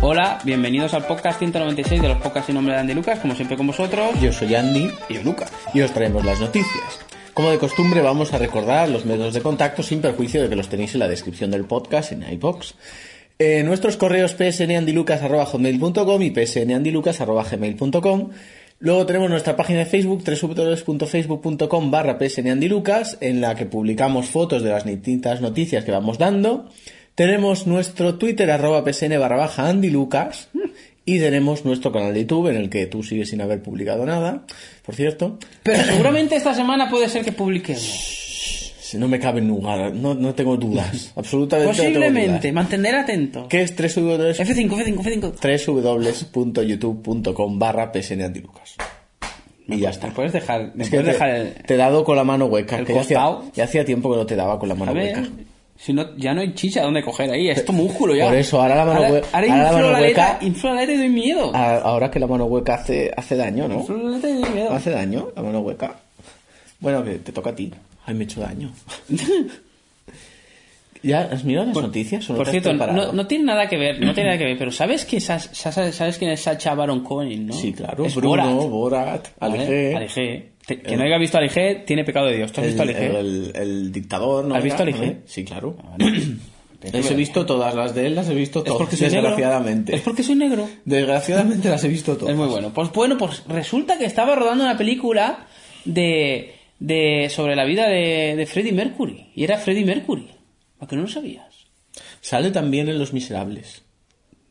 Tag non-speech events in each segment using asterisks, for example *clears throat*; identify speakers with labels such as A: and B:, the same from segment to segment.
A: Hola, bienvenidos al podcast 196 de los podcasts sin nombre de Andy Lucas, como siempre con vosotros.
B: Yo soy Andy
A: Y yo, Lucas.
B: y os traemos las noticias. Como de costumbre, vamos a recordar los métodos de contacto sin perjuicio de que los tenéis en la descripción del podcast en iBox. Eh, nuestros correos psnandilucas.com y psnandilucas.gmail.com. Luego tenemos nuestra página de Facebook, www.facebook.com barra psnandilucas, en la que publicamos fotos de las distintas noticias que vamos dando. Tenemos nuestro Twitter, arroba psn barra baja andilucas. Y tenemos nuestro canal de YouTube, en el que tú sigues sin haber publicado nada, por cierto.
A: Pero seguramente esta semana puede ser que publiquemos.
B: Si no me cabe en lugar, no, no tengo
A: *laughs*
B: dudas. absolutamente No
A: Posiblemente,
B: tengo dudas.
A: mantener atento.
B: ¿Qué es
A: F5, F5, F5.
B: 3w.youtube.com barra psnandilucas? Y ya está.
A: Me puedes
B: *laughs*
A: dejar, me
B: Es que
A: puedes
B: te,
A: dejar el-
B: te he dado con la mano hueca.
A: el
B: que ya hacía,
A: costado.
B: ya hacía tiempo que no te daba con la
A: A
B: mano
A: ver,
B: hueca.
A: si no, ya no hay chicha donde coger ahí, es tu músculo ya.
B: Por eso, ahora la mano
A: ahora,
B: hue-
A: ahora
B: ahora la
A: inflo
B: mano
A: la
B: hueca-
A: aleta, inflo la aleta y doy miedo.
B: A- Ahora que la mano hueca hace, hace daño, ¿no?
A: Inflo la aleta y doy miedo.
B: ¿Hace daño la mano hueca? Bueno, que te toca a ti. Ay, me he
A: *laughs*
B: hecho daño. ¿Ya has mirado las noticias? ¿O no
A: Por
B: te has
A: cierto, no,
B: preparado?
A: no tiene nada que ver, no tiene nada que ver, pero ¿sabes, que Sas- Sas- sabes quién es Sacha Baron Cohen, no?
B: Sí, claro.
A: Es
B: Bruno,
A: Borat.
B: Borat,
A: ¿vale?
B: Aligé.
A: Aligé. Te- que no haya visto Aligé tiene pecado de Dios. ¿Tú has visto
B: el,
A: Aligé?
B: el- el dictador, ¿no?
A: ¿Has
B: era?
A: visto Aligé? *clears throat*
B: Sí, claro.
A: Pensé
B: Las
A: que-
B: he visto todas, las de él las he visto
A: Es
B: todas.
A: porque soy negro.
B: desgraciadamente.
A: Es porque soy negro.
B: Desgraciadamente las he visto todas.
A: Es muy bueno. Pues bueno, pues resulta que estaba rodando una película de, de sobre la vida de, de Freddie Mercury. Y era Freddie Mercury. Aunque no lo sabías.
B: Sale también en Los Miserables.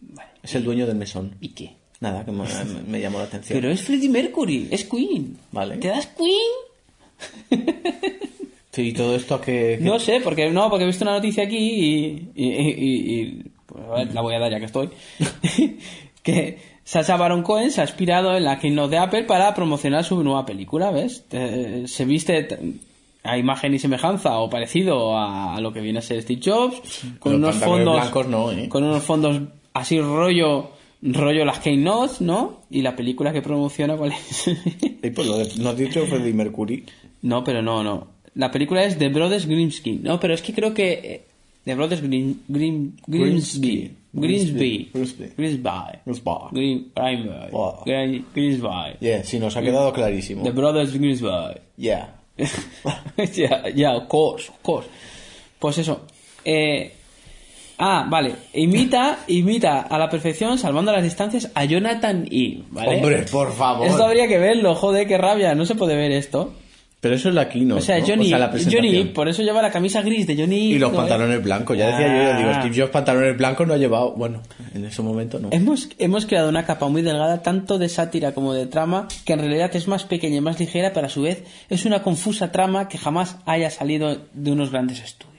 A: Vale.
B: Es el dueño del mesón.
A: ¿Y qué?
B: Nada, que me, me- me llamó la atención.
A: Pero es Freddie Mercury, es Queen.
B: Vale.
A: ¿Te das Queen?
B: Sí, Y todo esto a que... que-
A: No sé, porque no, porque he visto una noticia aquí y, y- y- y- pues, a ver, la voy a dar ya que estoy. *laughs* que Sacha Baron Cohen se ha inspirado en la Keynote de Apple para promocionar su nueva película, ¿ves? Eh, se viste t- a imagen y semejanza o parecido a, a lo que viene a ser Steve Jobs, con
B: Pero
A: unos
B: pantalones
A: fondos
B: blancos no, ¿eh?
A: con unos fondos así rollo rollo las Keynote, ¿no? Y la película que promociona cuál es? *laughs*
B: Y pues lo de- no has dicho Freddie Mercury.
A: No, pero no, no. La película es The Brothers Grimsby. No, pero es que creo que. eh, The Brothers Grim, Grim, Grimsby. Grimsby.
B: Grimsby. Grimsby.
A: Grimsby.
B: Grimsby.
A: Grim- Grimsby.
B: Wow.
A: Grim- Grimsby.
B: Yeah, sí, nos ha quedado clarísimo.
A: The Brothers Grimsby.
B: Yeah.
A: *laughs* ya, ya, of course, of course. Pues eso. Eh, ah, vale. Imita, imita a la perfección, salvando las distancias, a Jonathan Hill, ¿vale?
B: Hombre, por favor.
A: Esto habría que verlo, joder, qué rabia. No se puede ver esto.
B: Pero eso es la keynote,
A: O sea,
B: ¿no?
A: Johnny,
B: la presentación.
A: Johnny, por eso lleva la camisa gris de Johnny.
B: Y los
A: ¿no?
B: pantalones blancos. Ya decía yo, yo, digo,
A: Ah.
B: Steve Jobs pantalones blancos no ha llevado... Bueno, en ese momento no.
A: Hemos, hemos creado una capa muy delgada, tanto de sátira como de trama, que en realidad es más pequeña y más ligera, pero a su vez es una confusa trama que jamás haya salido de unos grandes estudios.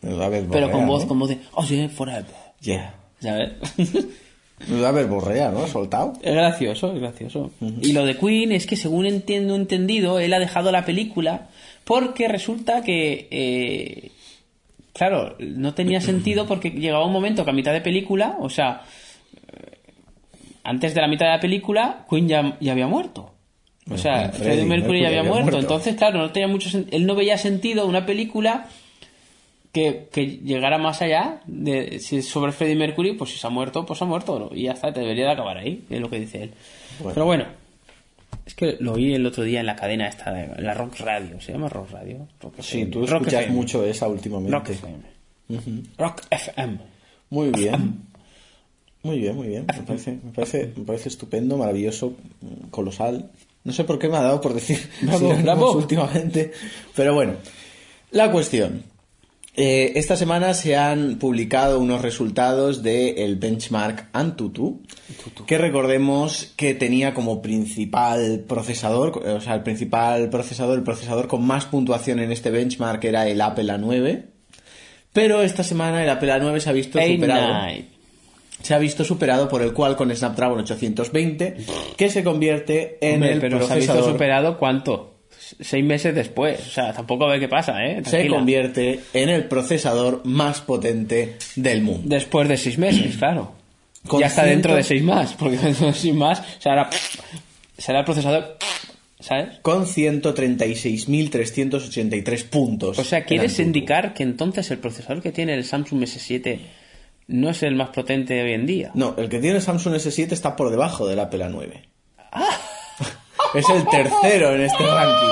B: Nos ver
A: Pero con voz,
B: borrea, Pues ¿no?
A: con voz de, oh sí, forever.
B: Yeah.
A: ¿Sabes? *laughs*
B: Nos da verborrea, ¿no? Soltado.
A: es gracioso, es gracioso. Y lo de Queen es que, según entiendo entendido, él ha dejado la película porque resulta que. eh, claro, no tenía sentido porque llegaba un momento que a mitad de película, o sea, eh, antes de la mitad de la película, Queen ya, ya había muerto. O
B: Bueno,
A: sea,
B: Freddie
A: Freddie Mercury ya había, muerto.
B: muerto.
A: Entonces, claro, no tenía mucho sen- él no veía sentido una película que, que llegara más allá de si es sobre Freddie Mercury, pues si se ha muerto, pues se ha muerto, ¿no? y ya está, te debería de acabar ahí, es lo que dice él.
B: Bueno.
A: Pero bueno, es que lo vi el otro día en la cadena esta, de- en la Rock Radio, se llama Rock Radio. Rock
B: Sí,
A: FM.
B: tú
A: Rock
B: escuchas
A: FM.
B: mucho esa
A: Rock
B: últimamente.
A: FM. Rock FM.
B: Muy bien. Muy bien, muy bien. Me parece, me parece, me parece estupendo, maravilloso, mm, colosal. No sé por qué me ha dado por decir *laughs*
A: Bravo,
B: sinónimos
A: bravo.
B: últimamente. Pero bueno, la cuestión. Eh, esta semana se han publicado unos resultados del benchmark Antutu, que recordemos que tenía como principal procesador, o sea, el principal procesador, el procesador con más puntuación en este benchmark era el Apple A9, pero esta semana el Apple A9 se ha visto
A: Eight
B: superado ¿eh?
A: Night.
B: se ha visto superado por el cual con Snapdragon 820, que se convierte en
A: Hombre,
B: el
A: pero se ha visto
B: procesador.
A: superado cuánto? S- Seis meses después. O sea, tampoco a ver qué pasa, ¿eh?
B: se
A: Tranquila.
B: convierte en el procesador más potente del mundo.
A: Después de seis meses, claro.
B: Con
A: ya está
B: ciento-
A: dentro de seis más, porque *laughs* dentro de seis más será, será el procesador, ¿sabes?
B: Con 136.383 puntos.
A: O sea,
B: en
A: ¿quieres
B: Antutu.
A: indicar que entonces el procesador que tiene el Samsung S7 no es el más potente de hoy en día.
B: No, el que tiene Samsung S7 está por debajo del Apple A9.
A: Ah.
B: es el tercero en este ranking.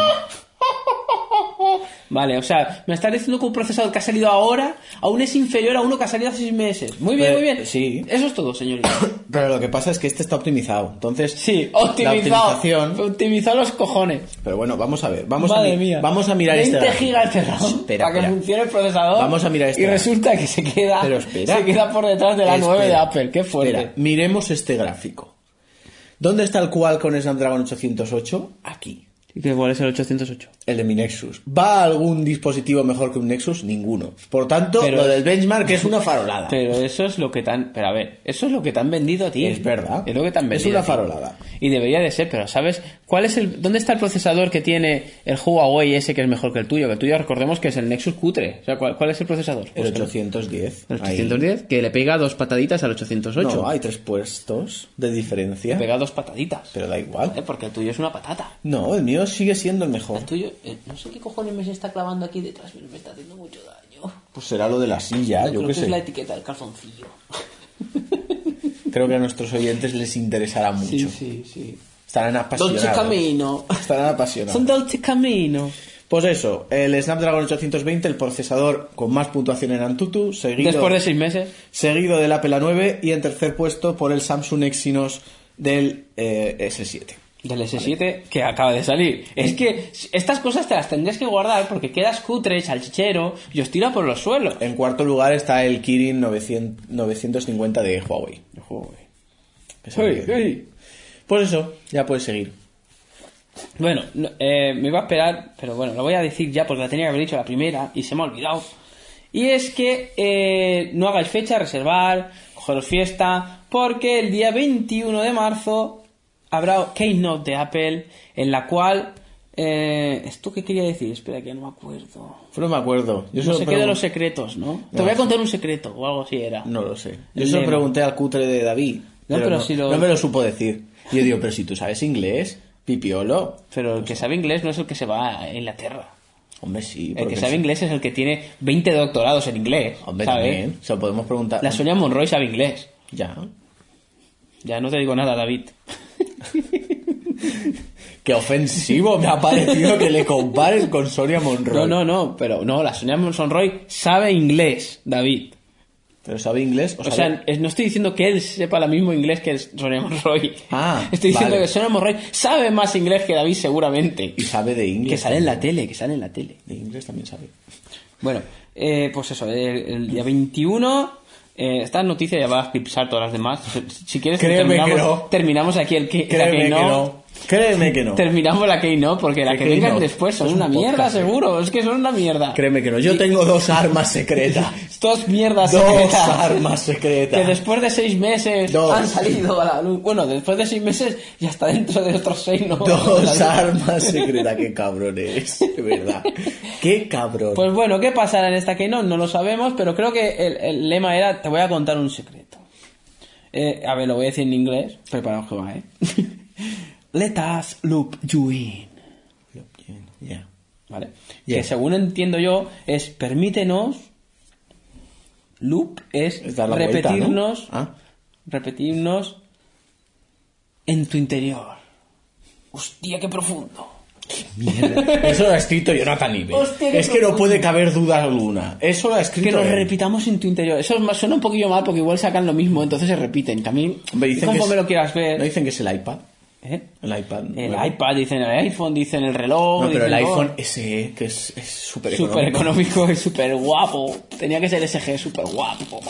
A: Vale, o sea, me estás diciendo que un procesador que ha salido ahora aún es inferior a uno que ha salido hace seis meses. Muy bien,
B: Eh,
A: muy bien.
B: sí.
A: Eso es todo,
B: *coughs*
A: señorita.
B: Pero lo que pasa es que este está optimizado. Entonces,
A: Sí,
B: la
A: optimizado.
B: optimización-
A: Optimizado los cojones.
B: Pero bueno, vamos a ver. Vamos, a,
A: Madre
B: mi-
A: mía.
B: vamos a mirar
A: 20
B: este ranking.
A: gigas de RAM
B: Espera,
A: para que
B: espera.
A: funcione el procesador.
B: Vamos a mirar este
A: Y
B: gráfico.
A: resulta que se queda,
B: Pero espera.
A: se queda por detrás de la 9 de
B: Espera,
A: Apple. Qué fuerte.
B: espera, miremos este gráfico. ¿Dónde está el Qualcomm Snapdragon 808? Aquí.
A: ¿Y qué cuál es el 808?
B: El de mi Nexus. ¿Va algún dispositivo mejor que un Nexus? Ninguno. Por tanto,
A: Pero-
B: lo del benchmark es una farolada.
A: Pero eso es lo que tan, pero a ver, eso es lo que te han vendido a ti.
B: Es verdad.
A: Es lo que te han
B: Es
A: vendido.
B: una
A: a ti.
B: farolada.
A: Y debería de ser, pero ¿sabes cuál es el dónde está el procesador que tiene el Huawei ese que es mejor que el tuyo? Que el tuyo recordemos que es el Nexus Q3. O sea, ¿cuál, cuál es el procesador?
B: El
A: Búscalo.
B: 810.
A: El
B: Ahí.
A: 810, que le pega dos pataditas al 808.
B: No, ¿eh? hay tres puestos de diferencia.
A: Le pega dos pataditas.
B: Pero da
A: Eh,
B: igual.
A: Porque el tuyo es una patata.
B: No, el mío sigue siendo el mejor.
A: El tuyo, eh, no sé qué cojones me se está clavando aquí detrás, pero me está haciendo mucho daño.
B: Pues será lo de la silla,
A: creo
B: yo qué
A: que es la
B: sé.
A: etiqueta del calzoncillo.
B: Creo que a nuestros oyentes les interesará mucho.
A: Sí, sí, sí.
B: Estarán
A: Dolce
B: apasionados.
A: Camino.
B: Estarán apasionados.
A: Son Dolce Camino.
B: Pues eso, el Snapdragon 820, el procesador con más puntuación en Antutu, seguido,
A: Después de seis meses.
B: seguido del Apple A9 y en tercer puesto por el Samsung Exynos del eh, S7.
A: Del S7 que acaba de salir. Es que estas cosas te las tendrías que guardar porque quedas cutre, salchichero y os tira por los suelos.
B: En cuarto lugar está el Kirin 900 950 de Huawei. Que se
A: Uy,
B: olvide.
A: uy.
B: Pues eso, ya puedes seguir.
A: Bueno, no, eh, me iba a esperar, pero bueno, lo voy a decir ya porque la tenía que haber dicho la primera y se me ha olvidado. Y es que eh, no hagáis fecha, reservar, cogeros fiesta, porque el día 21 de marzo habrá Keynote de Apple en la cual... eh, ¿Esto qué quería decir? Espera, que ya no me acuerdo.
B: Pero no me acuerdo. Yo
A: No
B: solo
A: sé qué de
B: pregun-
A: los E- secretos, ¿no? Te voy a contar un secreto o algo así era.
B: No lo sé. Yo
A: El
B: solo
A: Nemo.
B: pregunté al cutre de David.
A: No, pero si lo-
B: no me lo supo decir. Y yo digo, pero si tú sabes inglés, pipiolo.
A: Pero el que sabe inglés no es el que se va a Inglaterra.
B: Hombre, sí.
A: El
B: porque
A: que sabe inglés es el que tiene 20 doctorados en inglés.
B: Hombre,
A: ¿sabes?
B: también. Se lo podemos preguntar.
A: La Sonia Monroy sabe inglés.
B: Ya.
A: Ya no te digo nada, David.
B: Qué ofensivo me ha parecido que le compares con Sonia Monroy.
A: No, no, no, pero no, la Sonia Monroy sabe inglés, David.
B: Pero sabe inglés. O,
A: O
B: sabe-
A: sea, es- no estoy diciendo que él sepa lo mismo inglés que el Sonia Monroy.
B: Ah,
A: *laughs* estoy diciendo
B: vale.
A: que Sonia Monroy sabe más inglés que David seguramente.
B: y sabe de inglés.
A: Que sale en la tele, que sale en la tele.
B: De inglés también sabe.
A: Bueno, eh, pues eso, el, el día 21. eh, esta noticia ya va a eclipsar todas las demás. Si, si quieres,
B: Créeme que
A: terminamos,
B: no.
A: terminamos aquí el que, la
B: Créeme
A: que, no,
B: que no. Créeme que no.
A: Terminamos la que no, porque la
B: Que
A: que
B: que
A: vengan
B: no.
A: después son
B: Es
A: una
B: un
A: mierda,
B: podcast, ¿eh?
A: seguro. Es que son una mierda.
B: Créeme que no. Yo tengo dos armas secretas.
A: *laughs* Dos mierdas
B: Dos
A: secretas.
B: armas secretas.
A: Que después de seis meses
B: Dos.
A: han salido a la luz. Bueno, después de seis meses ya está dentro de otros seis, ¿no? *laughs*
B: Dos armas secretas. Qué cabrón eres. De verdad. Qué cabrón.
A: Pues bueno, ¿qué pasará en esta Keynote? No lo sabemos, pero creo que el, el lema era te voy a contar un secreto. Eh, a ver, lo voy a decir en inglés. Preparaos que va, ¿eh? *laughs* Let us loop you in.
B: Ya.
A: ¿Vale?
B: Yeah.
A: Que según entiendo yo, es permítenos. Loop es
B: Es dar la vuelta, ¿no?
A: repetirnos.
B: Ah.
A: Repetirnos en tu interior. Hostia, qué profundo.
B: Mierda. Eso lo ha escrito Jonathan Ibe.
A: Hostia, qué
B: Es que no
A: profundo.
B: puede caber duda alguna. Eso lo ha
A: Que
B: escrito.
A: nos
B: él.
A: repitamos en tu interior. Eso es más- suena un poquillo mal porque igual sacan lo mismo, entonces se repiten. También,
B: Hombre, dicen que
A: conforme
B: es-
A: lo quieras ver.
B: No dicen que es el iPad.
A: ¿eh?
B: El iPad.
A: El
B: bueno.
A: iPad, dicen el iPhone, dicen el reloj.
B: No, pero el
A: dicen todo.
B: iPhone SE, que es es súper
A: Súper
B: económico.
A: económico y súper guapo. Tenía que ser SG, súper guapo.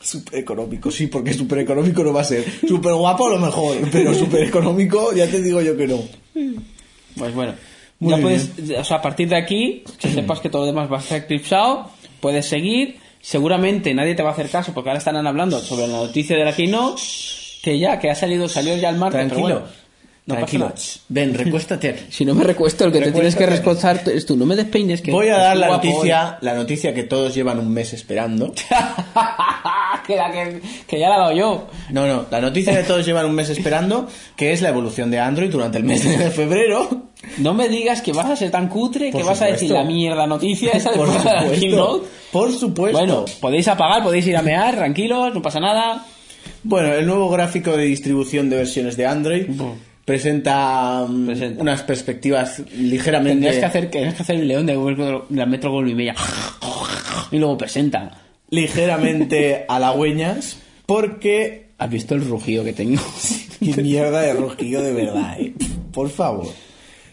B: Súper económico, sí, porque súper económico no va a ser. Súper guapo a lo mejor, pero súper económico ya te digo yo que no.
A: Pues bueno,
B: Muy
A: ya puedes, o sea, a partir de aquí, que sepas que todo lo demás va a estar eclipsado, puedes seguir. Seguramente nadie te va a hacer caso porque ahora estarán hablando sobre la noticia de la Keynote, que ya, que ha salido, salió ya el martes,
B: Tranquilo.
A: pero bueno. No pasa
B: Tranquilo.
A: nada.
B: Ven,
A: *laughs*
B: recuéstate aquí.
A: Si no me recuesto, el que te tienes que rescostar es tú. No me despeines. Que
B: Voy a dar la
A: guapo hoy.
B: noticia, la noticia que todos llevan un mes esperando.
A: *laughs* que, la que, que ya la he dado yo.
B: No, no, la noticia que todos llevan un mes esperando, que es la evolución de Android durante el mes de febrero.
A: No me digas que vas a ser tan cutre
B: Por
A: que vas a decir
B: supuesto.
A: la mierda noticia esa de
B: Por
A: la
B: supuesto.
A: keynote.
B: Por supuesto.
A: Bueno, podéis apagar, podéis ir a mear, tranquilos, no pasa nada.
B: Bueno, el nuevo gráfico de distribución de versiones de Android
A: Bu.
B: presenta, mm,
A: Presenta.
B: unas perspectivas ligeramente...
A: Tendrías que hacer, tendrías que hacer un león de Google- de la Metro Gold y Media. Y luego presenta. *laughs*
B: ligeramente halagüeñas, porque...
A: ¿Has visto el rugido que tengo?
B: ¡Qué mierda de rugido de verdad, eh! Por favor.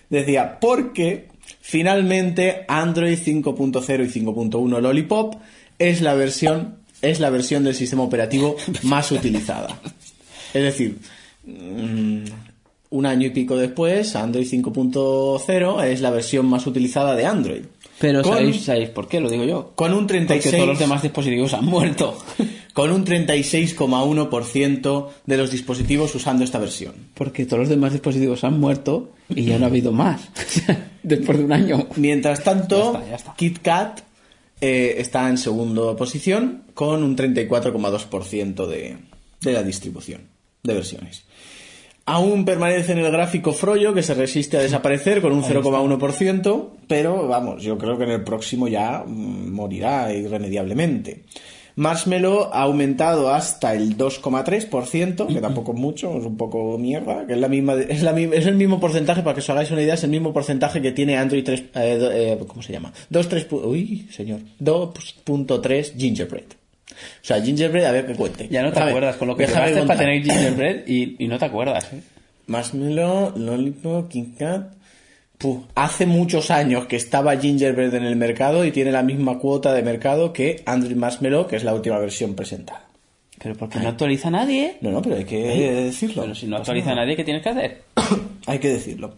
B: Decía, porque finalmente Android 5.0 y 5.1 Lollipop es la versión es la versión del sistema operativo más utilizada. Es decir, mm, un año y pico después, Android 5.0 es la versión más utilizada de Android.
A: Pero
B: con,
A: ¿sabéis, sabéis por qué, lo digo yo.
B: con un
A: Porque
B: 36
A: todos los demás dispositivos han muerto.
B: con un 36,1% de los dispositivos usando esta versión.
A: Porque todos los demás dispositivos han muerto y ya no ha habido más. *laughs* Después de un año.
B: Mientras tanto,
A: Ya está, ya está.
B: KitKat eh, está en segunda posición con un 34,2% de, de la distribución de versiones. Aún permanece en el gráfico Froyo, que se resiste a desaparecer con un 0,1%, pero vamos, yo creo que en el próximo ya mm, morirá irremediablemente. Marshmallow ha aumentado hasta el 2,3%, que tampoco es mucho, es un poco mierda, que es la misma es la mi- es el mismo porcentaje para que os hagáis una idea, es el mismo porcentaje que tiene Android 3 eh, do- eh, ¿cómo se llama? 2 3 pu- uy, señor, 2.3 Gingerbread. O sea, Gingerbread, a ver que cuente.
A: Ya no te
B: Déjame-
A: acuerdas con lo que
B: déjame
A: dejaste para
B: contar.
A: tener gingerbread y, y no te acuerdas. ¿eh?
B: Marshmallow, Lollipop, King Cat. Puh, hace muchos años que estaba Gingerbread en el mercado y tiene la misma cuota de mercado que Android Marshmallow, que es la última versión presentada.
A: Pero porque no actualiza nadie.
B: No, no, pero hay que decirlo.
A: Pero si no actualiza nadie, ¿qué tienes que hacer?
B: Hay que decirlo.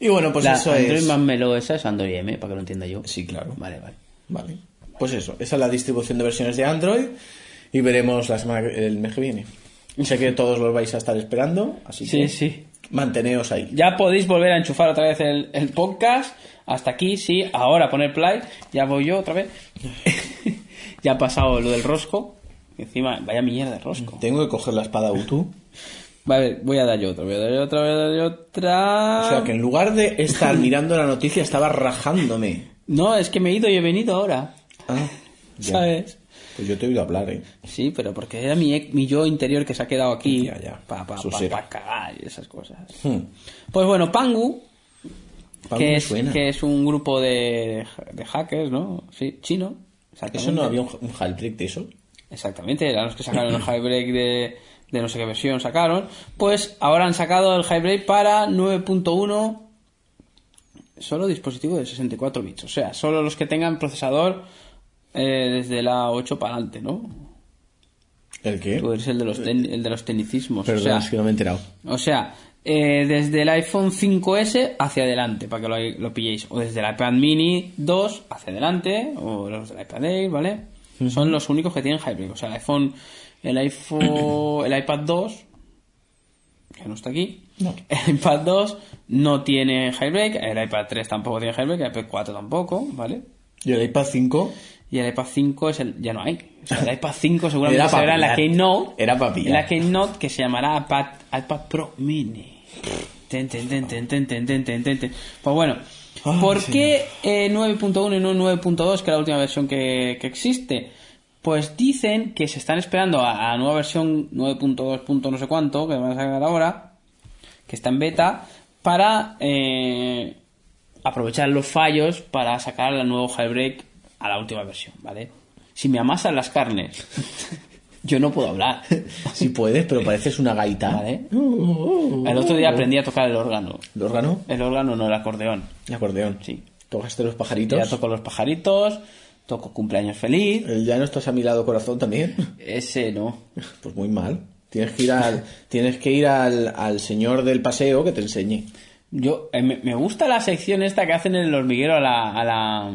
B: Y bueno, pues
A: La
B: eso
A: Android
B: es.
A: más melo esa es Android M, para que lo entienda yo.
B: Sí, claro.
A: Vale, vale.
B: Vale. Pues eso, esa es la distribución de versiones de Android y veremos la semana que- el mes que viene. Sé que todos los vais a estar esperando, así
A: Sí,
B: que
A: sí.
B: manteneos ahí.
A: Ya podéis volver a enchufar otra vez el, el podcast. Hasta aquí, sí. Ahora poner play. Ya voy yo otra vez. *laughs* ya ha pasado lo del rosco. Encima, vaya mierda de rosco.
B: Tengo que coger la espada Utu.
A: Vale, voy a dar yo otra, voy a dar yo otra, voy a dar yo otra.
B: O sea que en lugar de
A: *laughs*
B: estar mirando la noticia, estaba rajándome.
A: No, es que me he ido y he venido ahora.
B: Ah, ya.
A: ¿Sabes?
B: Pues yo te he oído hablar, ¿eh?
A: Sí, pero porque era mi, ex- mi yo interior que se ha quedado aquí.
B: Ya, ya.
A: Pa, pa, pa,
B: Susera.
A: pa cagar y esas cosas.
B: Hmm.
A: Pues bueno, Pangu,
B: Pablo
A: que,
B: me
A: es,
B: suena.
A: que es un grupo de, de hackers, ¿no? Sí, chino.
B: ¿Eso
A: exactamente.
B: no había un, un jailbreak de eso?
A: Exactamente, eran los que sacaron el Highbreak de, de no sé qué versión sacaron. Pues ahora han sacado el Highbreak para 9.1, solo dispositivo de 64 bits. O sea, solo los que tengan procesador eh, desde la 8 para adelante, ¿no?
B: ¿El qué?
A: Tú eres el de los, ten- el de los tecnicismos.
B: ¿Eh? Perdón,
A: Pues, o sea,
B: es que no me he enterado.
A: o sea, eh, desde el iPhone 5S hacia adelante, para que lo, lo pilléis. O desde el iPad mini 2 hacia adelante, o los del iPad Air, ¿vale? Son los únicos que tienen hybrid. O sea, el iPhone, el iPhone, el iPad 2, que no está aquí.
B: No.
A: El iPad 2 no tiene jailbreak, el iPad 3 tampoco tiene jailbreak, el iPad 4 tampoco, ¿vale?
B: ¿Y el iPad 5?
A: Y el iPad 5 es el, ya no hay. O sea,
B: *laughs*
A: el iPad 5
B: Era
A: seguramente
B: pa
A: será en la
B: pillar.
A: Keynote.
B: Era pa pillar.
A: en la Keynote que se llamará iPad, iPad Pro Mini. Ten, ten, ten, ten, ten, ten, ten, ten, ten, ten. Pues bueno,
B: Ay,
A: ¿por
B: señor.
A: qué eh, 9.1 y no 9.2, que es la última versión que, que existe? Pues dicen que se están esperando a la nueva versión 9.2. no sé cuánto, que van a sacar ahora, que está en beta, para eh, aprovechar los fallos para sacar el nuevo jailbreak a la última versión, ¿vale? Si me amasan las carnes, *laughs* yo no puedo hablar.
B: Si puedes, pero pareces una gaita. Uh,
A: Vale. El otro día aprendí a tocar el órgano.
B: ¿El órgano?
A: El órgano no, el acordeón.
B: El acordeón.
A: Sí.
B: ¿Tocaste los
A: Ya
B: pajaritos?
A: toco los pajaritos, toco cumpleaños feliz.
B: ¿El ya no estás a mi lado, corazón, también? *laughs*
A: Ese no.
B: Pues muy mal. Tienes que ir al, tienes que ir al, al señor del paseo que te enseñe.
A: Yo, eh, me, me gusta la sección esta que hacen en el hormiguero a la. a la.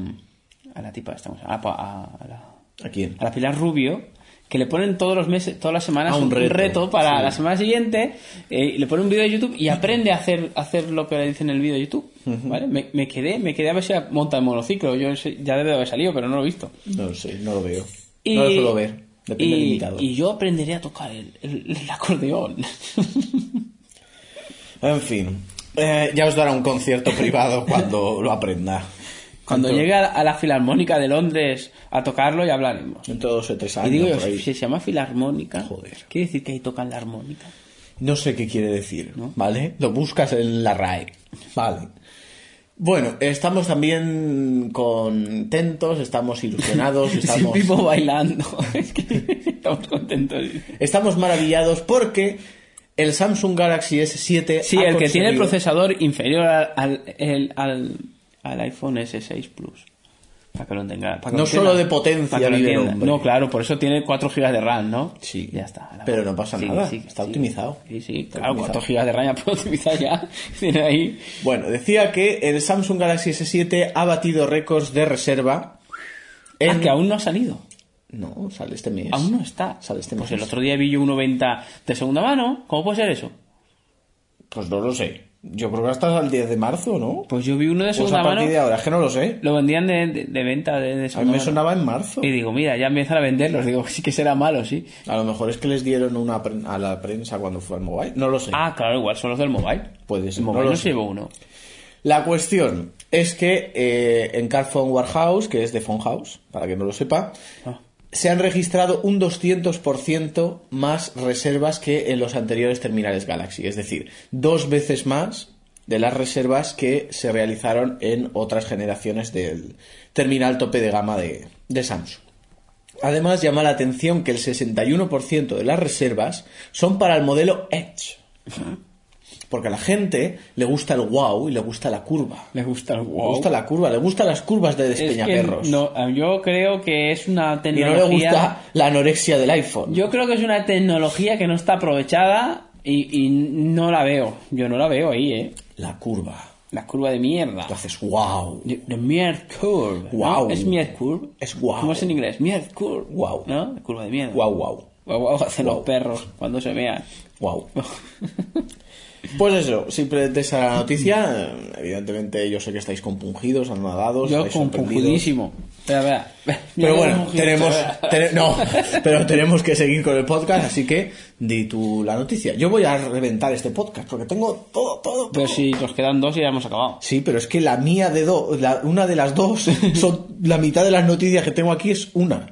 A: a la tipa, estamos. A la, pa- a la-
B: ¿A quién?
A: a la Pilar Rubio, que le ponen todos los meses, todas las semanas
B: Ah, un
A: un,
B: reto,
A: reto, para
B: sí.
A: la semana siguiente, eh, y le pone un vídeo de YouTube y aprende a hacer, a hacer lo que le dice en el vídeo de YouTube. ¿vale? Me, me quedé, me quedé a ver si monta el monociclo, yo sé- ya debe de haber salido, pero no lo he visto.
B: No lo sé, no lo veo.
A: Y,
B: No lo suelo ver. Depende
A: y-
B: del invitado.
A: y yo aprenderé a tocar el, el- el
B: *laughs*
A: acordeón.
B: En fin. eh, ya os dará un concierto privado *laughs* cuando lo aprenda.
A: Cuando
B: Dentro-
A: llegue a, a la Filarmónica de Ltres a tocarlo ya hablaremos.
B: Dentro de dos o tres años.
A: Y digo, yo,
B: Ah, por ahí.
A: si se llama Filarmónica,
B: Joder.
A: quiere decir que ahí tocan la armónica.
B: No sé qué quiere decir, ¿vale? Lo buscas en la RAE. Vale. Bueno, estamos también contentos,
A: *laughs*
B: estamos ilusionados,
A: Sin
B: estamos...
A: Pipo
B: *laughs*
A: bailando. es que estamos contentos.
B: Estamos maravillados porque el Samsung Galaxy S7.
A: Sí,
B: ha
A: el que tiene el
B: conseguido-
A: procesador inferior al, al, el- al, al iPhone S6 Plus. Para que lo tenga. para que
B: No
A: lo
B: solo
A: entienda.
B: de potencia
A: Para que lo
B: vive el
A: entienda.
B: hombre.
A: No, claro, por eso tiene 4 GB de RAM, ¿no?
B: Sí.
A: Ya está. a la
B: Pero
A: buena.
B: no pasa nada, está optimizado.
A: Sí, sí,
B: Está
A: claro,
B: optimizado.
A: 4 GB de RAM ya *laughs* puedo optimizar ya. Tiene ahí.
B: Bueno, decía que el Samsung Galaxy S7 ha batido récords de reserva. en-
A: Ah, que aún no ha salido.
B: No, sale este mes.
A: Aún no está.
B: Sale este
A: pues
B: mes.
A: el otro día vi yo 1.90 de segunda mano. ¿Cómo puede ser eso?
B: Pues no lo sé. Yo creo que hasta el 10 de marzo, ¿no?
A: Pues yo vi uno de
B: Pues
A: segunda
B: a
A: mano.
B: partir de ahora, es que no lo sé.
A: Lo vendían de, de- de venta de, de
B: A mí
A: segunda
B: me
A: mano.
B: sonaba en marzo.
A: Y digo, mira, ya empiezan a venderlos. Digo, sí que será malo, sí.
B: A lo mejor es que les dieron una pre- a la prensa cuando fue al mobile. No lo sé.
A: Ah, claro, igual son los del mobile.
B: Puede ser,
A: El
B: no
A: mobile
B: lo
A: no,
B: sé.
A: se llevó uno.
B: La cuestión es que eh, en Carphone Warehouse, que es de Phone House, para que no lo sepa,
A: Ah.
B: se han registrado un 200% más reservas que en los anteriores terminales Galaxy. Es decir, dos veces más de las reservas que se realizaron en otras generaciones del terminal tope de gama de, de Samsung. Además, llama la atención que el 61% de las reservas son para el modelo Edge. Porque a la gente le gusta el wow y le gusta la curva.
A: Le gusta el
B: Le gusta la curva, le gustan las curvas de
A: Es que
B: despeñaperros.
A: no, yo creo que es una
B: Y no le
A: tecnología.
B: gusta la anorexia del iPhone.
A: Yo creo que es una tecnología que no está aprovechada y, y no la veo. Yo no la veo ahí, ¿eh?
B: La curva.
A: La curva de mierda.
B: Tú haces wow.
A: The, the mere curve. ¿no?
B: Wow.
A: Es mere curve.
B: Es wow.
A: ¿Cómo es en inglés? Mere curve.
B: Wow.
A: ¿No? La curva de mierda.
B: Wow, wow.
A: Guau, guau, hacen
B: Guau.
A: los perros cuando se vean. *laughs*
B: Wow. Pues eso, simplemente esa era la noticia. Evidentemente yo sé que estáis compungidos, anonadados,
A: Yo
B: estáis sorprendidos.
A: confundidísimo. Espera, espera. Mira
B: Pero
A: cómo
B: bueno,
A: hemos ido.
B: tenemos,
A: *laughs* Espera.
B: tene- no, pero tenemos que seguir con el podcast, así que di tú la noticia. Yo voy a reventar este podcast porque tengo todo, todo, todo.
A: Pero Pues si nos quedan dos y ya hemos acabado.
B: Sí, pero es que la mía de dos, una de
A: *laughs*
B: las dos, son la mitad de las noticias que tengo aquí es una.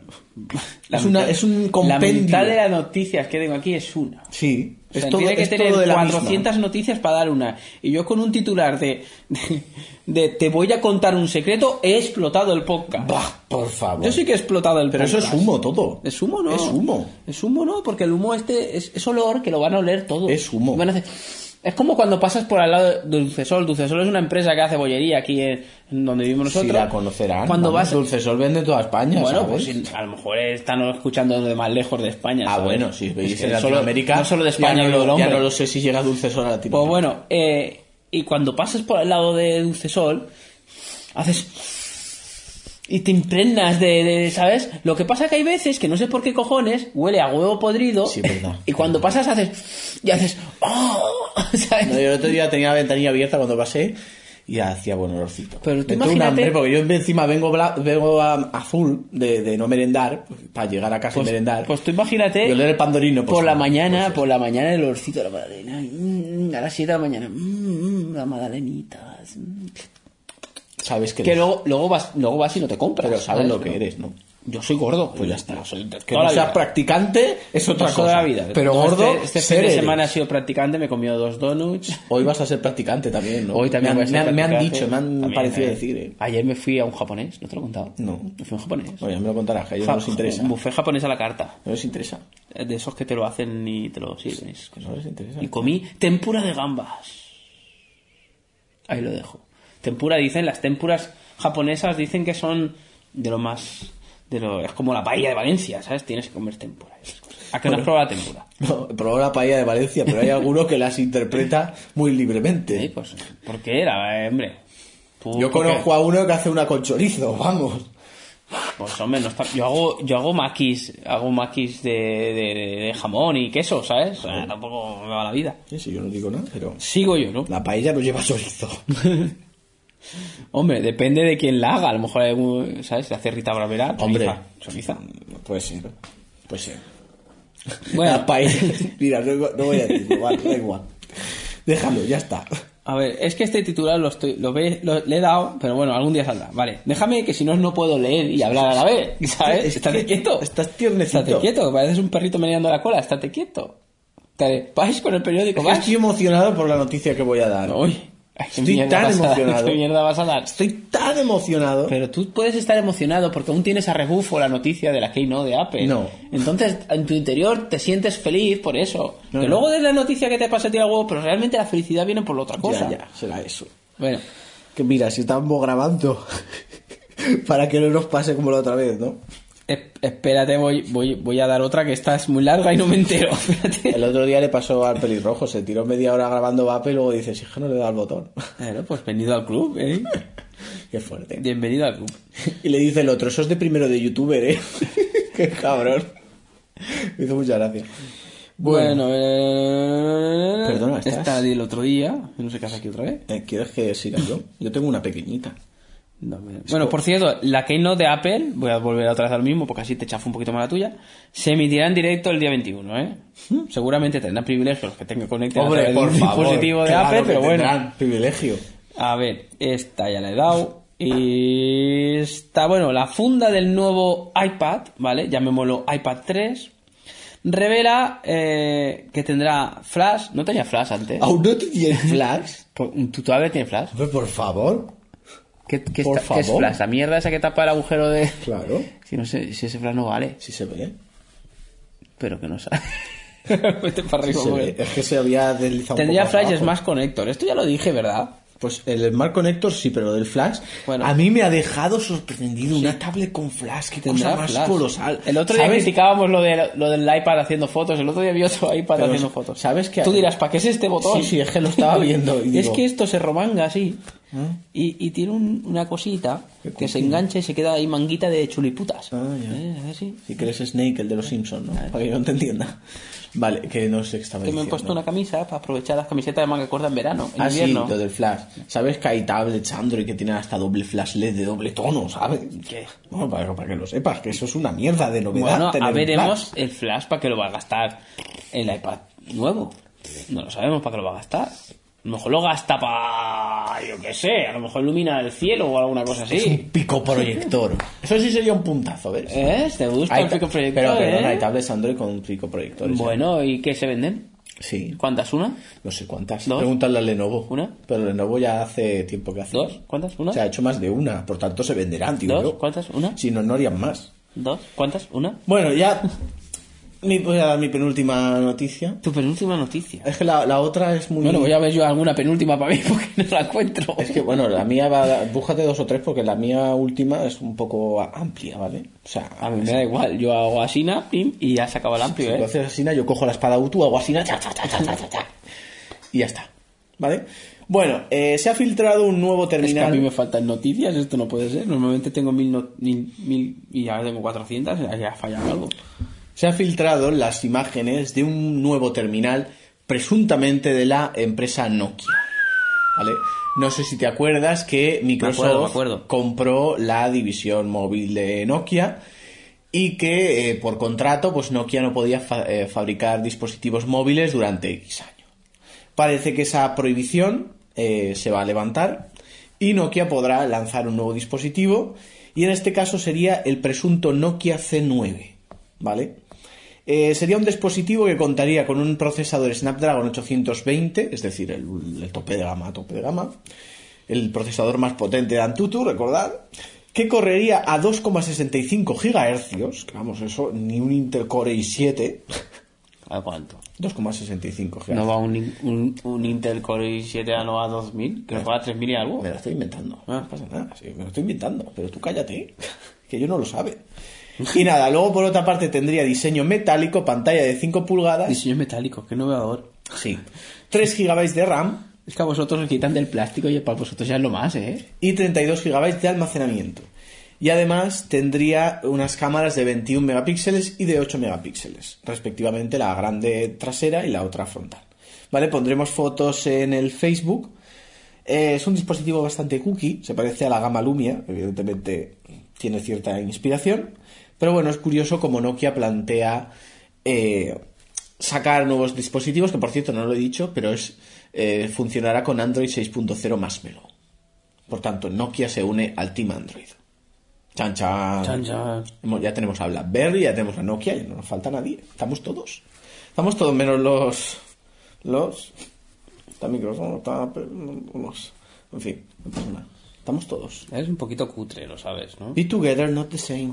A: La
B: es, una
A: mitad-
B: es un compendio.
A: La mitad de las noticias que tengo aquí es una.
B: Sí,
A: O sea,
B: es todo,
A: tiene que
B: es
A: tener
B: todo de la misma.
A: 400 noticias para dar una. Y yo con un titular de, de, de te voy a contar un secreto, he explotado el podcast.
B: Bah, por favor.
A: Yo sí que he explotado el
B: Pero eso es
A: podcast.
B: humo todo.
A: Es humo, ¿no?
B: Es humo.
A: Es humo, ¿no? Porque el humo este es, es olor que lo van a oler todo.
B: Es humo.
A: Van a hacer- Es como cuando pasas por al lado de Dulcesol. Dulcesol es una empresa que hace bollería aquí en, en donde vivimos
B: Si
A: nosotros.
B: la conocerán.
A: Cuando
B: vamos,
A: vas...
B: Dulcesol vende toda España,
A: Bueno,
B: ¿sabes?
A: pues a lo mejor están escuchando de más lejos de España.
B: Ah,
A: ¿sabes?
B: bueno, si veis
A: Es que
B: en
A: solo-
B: Latinoamérica.
A: no solo de España,
B: ya
A: vive
B: no,
A: el
B: lo, ya
A: hombre.
B: no lo sé si llega Dulcesol a Latinoamérica.
A: Pues bueno, eh, y cuando pasas por el lado de Dulcesol, haces. Y te impregnas de, de- ¿Sabes? Lo que pasa que hay veces que no sé por qué cojones huele a huevo podrido.
B: Sí, verdad.
A: *laughs* Y cuando pasas haces. Y haces. ¡Oh! *laughs* ¿Sabes?
B: No, yo el otro día tenía la ventanilla abierta cuando pasé y hacía buen olorcito.
A: Pero tú
B: Me entró un
A: imagínate-
B: hambre, porque yo encima vengo, bla- vengo a- azul de, de no merendar, pues, para llegar a casa y merendar.
A: Pues tú imagínate.
B: y oler el pandorino. pues,
A: por la
B: no,
A: mañana,
B: pues,
A: por la mañana el olorcito de la magdalena. mm, a las 7 de la mañana. mm, mm, las magdalenitas. mm.
B: pues, sabes que,
A: Que
B: eres-
A: luego, luego, vas, luego vas y no te compras.
B: pero sabes lo
A: ¿no?
B: que eres, ¿no?
A: Yo soy gordo.
B: Pues ya está.
A: Soy de-
B: Que
A: toda
B: no
A: la
B: seas
A: vida.
B: practicante es otra
A: Toda
B: cosa.
A: la vida.
B: Pero
A: No,
B: gordo,
A: este, este
B: ser
A: fin de
B: eres.
A: semana he sido practicante, me he comido dos donuts.
B: Hoy vas a ser practicante también, ¿no?
A: Hoy también
B: me,
A: voy
B: han-
A: a ser
B: me han- me han
A: practicante.
B: dicho, me han
A: También,
B: parecido
A: eh.
B: decir, ¿eh?
A: Ayer me fui a un japonés, ¿no te lo he contado?
B: No.
A: Me fui a un japonés.
B: No, ya me lo contarás, que a ellos no les
A: Ja-
B: interesa.
A: Un
B: No
A: buffet japonés a la carta. Eh,
B: les interesa.
A: De esos que te lo hacen y te lo sirven. Es que
B: No les interesa.
A: Y comí tempura de gambas. Ahí lo dejo. Tempura dicen, las tempuras japonesas dicen que son de lo más... De lo, es como la paella de Valencia, ¿sabes? Tienes que comer tempura. ¿A qué no has probado la tempura?
B: No, probó la paella de Valencia, pero hay alguno que las interpreta muy libremente.
A: Sí, pues, ¿por qué era, eh, hombre? Tú,
B: Yo
A: ¿por qué?
B: conozco a uno que hace una con chorizo, vamos.
A: Pues hombre, no está... yo hago, yo hago maquis, hago maquis de, de- de jamón y queso, ¿sabes? O sea, tampoco me va la vida.
B: Sí, sí, yo no digo nada, pero.
A: Sigo yo, ¿no?
B: La paella no lleva chorizo.
A: Hombre, depende de quién la haga. A lo mejor hay algún- ¿sabes? Se hace Rita Bravera, choriza,
B: Hombre.
A: choriza.
B: Puede ser. Puede ser.
A: Bueno,
B: *laughs* La paella. Mira, no, no voy a decirlo, vale, da igual. Déjalo, ya está.
A: a ver, es que este titular lo estoy, lo ve- lo- le he dado, pero bueno, algún día saldrá. Vale, déjame que si no, no puedo leer y hablar a la vez, ¿sabes?
B: Es
A: Estate
B: que
A: quieto.
B: Estás tiernecito.
A: Estate quieto, que pareces un perrito meneando la cola, estate quieto. Dale, vais con el periódico,
B: Es que
A: vais.
B: Estoy emocionado por la noticia que voy a dar.
A: Uy, ay, qué
B: Estoy
A: mierda
B: tan
A: vas a dar,
B: emocionado.
A: qué mierda vas a dar.
B: Estoy tan emocionado.
A: Pero tú puedes estar emocionado porque aún tienes a rebufo la noticia de la keynote de Apple.
B: No.
A: Entonces, en tu interior te sientes feliz por eso.
B: No,
A: que
B: no.
A: luego de la noticia que te pasa tira huevo, pero realmente la felicidad viene por la otra cosa.
B: Ya, ya, será eso.
A: Bueno,
B: Que mira, si estamos grabando *laughs* para que no nos pase como la otra vez, ¿no?
A: es- espérate, voy, voy, voy a dar otra que esta es muy larga y no me entero. *laughs* Espérate.
B: El otro día le pasó al pelirrojo, se tiró media hora grabando vape y luego dices, hija, no le da al botón. *laughs*
A: Bueno, pues venido al club, *laughs* ¿eh?
B: Qué fuerte.
A: Bienvenido al club.
B: Y le dice el otro, sos de primero de youtuber, ¿eh? *laughs* Qué cabrón. Me hizo mucha gracia.
A: Bueno, eh,
B: Perdona, ¿estás?
A: esta del otro día, no sé qué hace aquí otra vez.
B: Eh, ¿Quieres que siga yo? Yo tengo una
A: *laughs*
B: pequeñita.
A: No, me- Bueno, por cierto, la Keynote de Apple, voy a volver otra vez al mismo porque así te chafo un poquito más la tuya, se emitirá en directo el día 21, ¿eh?
B: ¿Mm?
A: Seguramente tendrán privilegios los que tengan conectado a través de un dispositivo de
B: claro
A: Apple,
B: que
A: pero bueno.
B: tendrán privilegio.
A: A ver, esta ya la he dado. Y está, bueno, la funda del nuevo iPad, ¿vale? Llamémoslo iPad 3. Revela eh, que tendrá flash. ¿No tenía flash antes?
B: ¿Aún no te tienes flash?
A: ¿Tú todavía tienes flash?
B: Hombre, por favor.
A: ¿Qué, qué
B: Por
A: está- qué es
B: favor.
A: flash? La mierda esa que tapa el agujero de...
B: Claro.
A: Si, no sé, si ese flash no vale,
B: Sí se ve.
A: pero que no sale. *laughs* Vete para arriba,
B: Se
A: hombre.
B: ve. Es que se había deslizado
A: Tendría
B: un poco
A: Flash
B: abajo.
A: Smash Connector. Esto ya lo dije, ¿verdad?
B: Pues el Smart Connector sí, pero lo del Flash.
A: Bueno.
B: a mí me ha dejado sorprendido una tablet con Flash. Qué cosa
A: Tendrá
B: más
A: Flash.
B: colosal.
A: El otro día
B: ¿Sabes?
A: criticábamos lo, de, lo del iPad haciendo fotos. El otro día vi otro iPad
B: Pero
A: haciendo
B: sa-
A: fotos.
B: ¿sabes qué
A: Tú
B: hace?
A: dirás, ¿para qué es este botón?
B: Sí, sí, es que lo estaba viendo y
A: *laughs* es
B: digo- ¿Ah?
A: que esto se romanga así. Y, y tiene un- una cosita
B: Qué
A: que se
B: coquín.
A: engancha y se queda ahí manguita de chuliputas.
B: Ah, ya.
A: ¿Eh? Así.
B: Si crees Snake, el de los Simpsons, ¿no? Para que yo te entienda. Vale, que no sé qué estaba
A: Que me he
B: diciendo.
A: puesto una camisa para aprovechar las camisetas de manga corta en verano, en
B: Ah, sí,
A: invierno.
B: lo del flash. ¿Sabes que hay tablets Android que tienen hasta doble flash LED de doble tono, ¿sabes?
A: ¿Qué?
B: Bueno, para, para que lo sepas, que eso es una mierda de novedad.
A: Bueno,
B: tener
A: a
B: un
A: veremos el flash para que lo va a gastar el iPad nuevo. No lo sabemos para qué lo va a gastar. A lo mejor lo gasta para, yo qué sé, a lo mejor ilumina el cielo o alguna cosa
B: Flash. Es
A: así.
B: un
A: *laughs*
B: pico proyector. Eso sí sería un puntazo, ¿ves?
A: ¿Eh? ¿Te gusta
B: Hay
A: el
B: ta-
A: pico proyector?
B: Pero perdona,
A: eh?
B: hay tablets Android con un pico proyector. ¿sí?
A: Bueno, ¿y qué se venden?
B: Sí,
A: ¿Cuántas? ¿Una?
B: no sé cuántas.
A: ¿Dos?
B: Pregúntale a Lenovo.
A: ¿Una?
B: Pero Lenovo ya hace tiempo que hace.
A: ¿Dos? ¿Cuántas? ¿Una?
B: O sea, ha hecho más de una, por tanto se venderán, tío.
A: ¿Dos? ¿Cuántas? ¿Una?
B: Si no, no harían más.
A: ¿Dos? ¿Cuántas? ¿Una?
B: Bueno, ya *laughs* mi- voy a dar mi penúltima noticia.
A: Tu penúltima noticia.
B: Es que la, la otra es muy...
A: Bueno, voy a ver yo alguna penúltima para mí *laughs* porque no la encuentro.
B: Es que, bueno, la mía va... Búscate dos o tres porque la mía última es un poco a- amplia, ¿vale? O sea,
A: A mí me da igual, yo hago así, na, pim, y ya se acaba el amplio,
B: si
A: ¿eh?
B: lo haces así, na, yo cojo la espada Utu, hago así, na, cha, cha, cha, cha, cha, cha, cha, y ya está, ¿vale? Bueno, eh, se ha filtrado un nuevo
A: Es que a
B: terminal...
A: mí me faltan noticias, esto no puede ser. Normalmente tengo mil, no- mil, mil y ahora tengo 400, ya ha fallado algo.
B: Se han filtrado las imágenes de un nuevo terminal presuntamente de la empresa Nokia. ¿Vale? No sé si te acuerdas que Microsoft
A: acuerdo, me acuerdo.
B: compró la división móvil de Nokia y que eh, por contrato pues Nokia no podía fa- eh, fabricar dispositivos móviles durante X años. Parece que esa prohibición eh, se va a levantar y Nokia podrá lanzar un nuevo dispositivo y en este caso sería el presunto Nokia C9, ¿vale? Eh, sería un dispositivo que contaría con un procesador Snapdragon 820, es decir, el, el tope de gama, tope de gama, el procesador más potente de Antutu, recordad, que correría a 2,65 GHz, que vamos, eso, ni un Intercore i7,
A: ¿A cuánto?
B: 2,65 GHz.
A: ¿No va un, in- un, un Intel Core i7 a no a 2000? ¿Que va a 3000 y algo?
B: Me lo estoy inventando.
A: Ah.
B: No pasa nada, sí, me lo estoy inventando. Pero tú cállate, *laughs* que yo no lo sabe. Y nada, luego por otra parte tendría diseño metálico, pantalla de 5 pulgadas.
A: Diseño metálico, que no veo ahora.
B: Sí. 3 GB de RAM
A: Es que a vosotros os quitan del plástico y para vosotros ya es lo más, ¿eh?
B: y 32 GB de almacenamiento. Y además tendría unas cámaras de 21 megapíxeles y de 8 megapíxeles, respectivamente la grande trasera y la otra frontal. ¿Vale? Pondremos fotos en el Facebook. Eh, es un dispositivo bastante cookie, se parece a la gama Lumia, evidentemente tiene cierta inspiración. Pero bueno, es curioso como Nokia plantea eh, sacar nuevos dispositivos, que por cierto no lo he dicho, pero es eh, funcionará con Android 6.0 más Melo. Por tanto, Nokia se une al Team Android. Chan chan.
A: Chan, chan.
B: Hemos- Ya tenemos a BlackBerry, ya tenemos a Nokia, ya no nos falta nadie. Estamos todos. Estamos todos menos los. Los. Está Microsoft, está Apple, los. En fin, no pasa nada. Estamos todos.
A: Es un poquito cutre, lo sabes, ¿no?
B: Be together, not the same.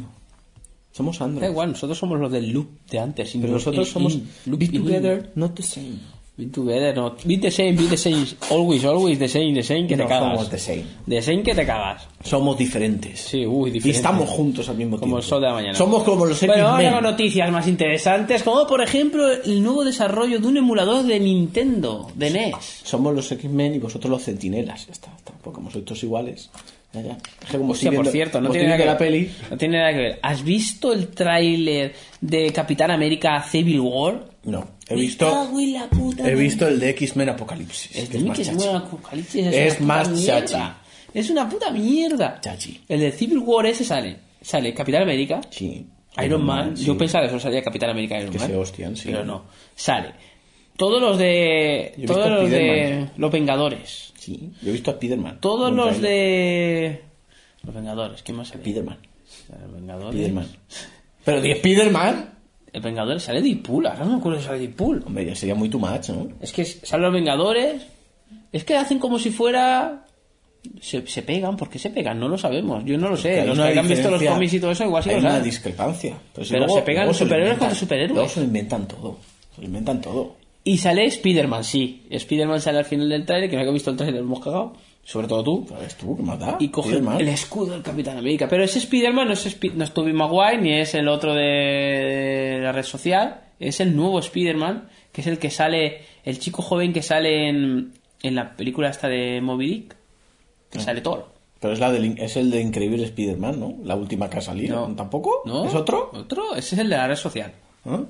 B: Somos Android.
A: Da igual, nosotros somos los del loop de antes. sin
B: Pero
A: loop,
B: nosotros
A: in-
B: somos
A: in, loop
B: Be
A: in, in.
B: Together, not the same.
A: Be together, no. Be the same, be the same. Always, always the same, the same que te
B: No
A: cagas.
B: somos the same.
A: The same que te cagas.
B: Somos diferentes.
A: Sí, uy,
B: Y
A: diferente.
B: estamos juntos al mismo tiempo.
A: Como el sol de la mañana.
B: Somos como los
A: Bueno,
B: X-Men.
A: ahora con noticias más interesantes, como por ejemplo el nuevo desarrollo de un emulador de Nintendo, de E NES.
B: Somos los X-Men y vosotros los centinelas. Ya está, está. Porque como sois todos iguales. Ya, ya. Es que como estoy
A: Hostia, por
B: viendo-
A: cierto, no
B: como
A: tiene,
B: estoy
A: nada que
B: viendo pues la
A: ver,
B: peli.
A: no tiene nada que ver. ¿Has visto el tráiler de Capitán América Civil War?
B: No, he
A: Me
B: visto,
A: cago en la puta
B: he
A: madre.
B: visto el de X-Men Apocalipsis.
A: Es
B: que es
A: de
B: más
A: que es
B: chachi.
A: muy apocalipsis, es,
B: Es
A: una puta
B: más
A: mierda.
B: chachi.
A: Es una puta mierda.
B: Chachi.
A: El de Civil War ese sale. Sale Capitán América,
B: Sí.
A: Iron Man.
B: sí.
A: Yo pensaba que solo salía Capitán América Iron
B: Que
A: Man.
B: se hostian, sí.
A: Pero no. Sale. Todos los de.
B: Yo he
A: Todos
B: visto
A: los de.
B: Spiderman.
A: Los Vengadores.
B: Sí, yo he visto a Spiderman.
A: Todos
B: Un
A: los
B: trailer.
A: de. Los Vengadores. ¿Quién más sale?
B: Spiderman.
A: Los Vengadores.
B: Spiderman. Pero de Spiderman.
A: El Vengadores sale Deadpool. Ahora no me acuerdo si sale Deadpool.
B: Hombre, ya sería muy too much, ¿no?
A: Es que salen los Vengadores. Es que hacen como si fuera. Se, se pegan, ¿por qué se pegan? No lo sabemos, yo no lo sé.
B: Hay
A: Los
B: una
A: que han visto los
B: diferencia-
A: cómics y todo eso, igual sí
B: Hay
A: lo
B: una
A: saben.
B: discrepancia. Pero, si
A: Pero
B: luego-
A: se pegan
B: luego se lo
A: superhéroes
B: inventan.
A: contra superhéroes.
B: Luego se lo inventan todo. Se lo inventan todo.
A: Y sale Spider-Man, sí. Spider-Man sale al final del trailer, que no he visto el trailer, hemos cagado. Sobre todo tú.
B: ¿Sabes tú qué más da?
A: Y coge
B: Spiderman.
A: el escudo del Capitán América. Pero ese Spider-Man no es, Spi- no es Tobey Maguire, ni es el otro de la red social. Es el nuevo Spider-Man, que es el que sale, el chico joven que sale en, en la película esta de Moby Dick. Que
B: Ah.
A: sale Thor.
B: Pero es, la del, es el de Increíble Spider-Man, ¿no? La última que ha salido.
A: No.
B: ¿Tampoco?
A: ¿No?
B: ¿Es otro?
A: Otro, ese es el de la red social.
B: ¿Ah?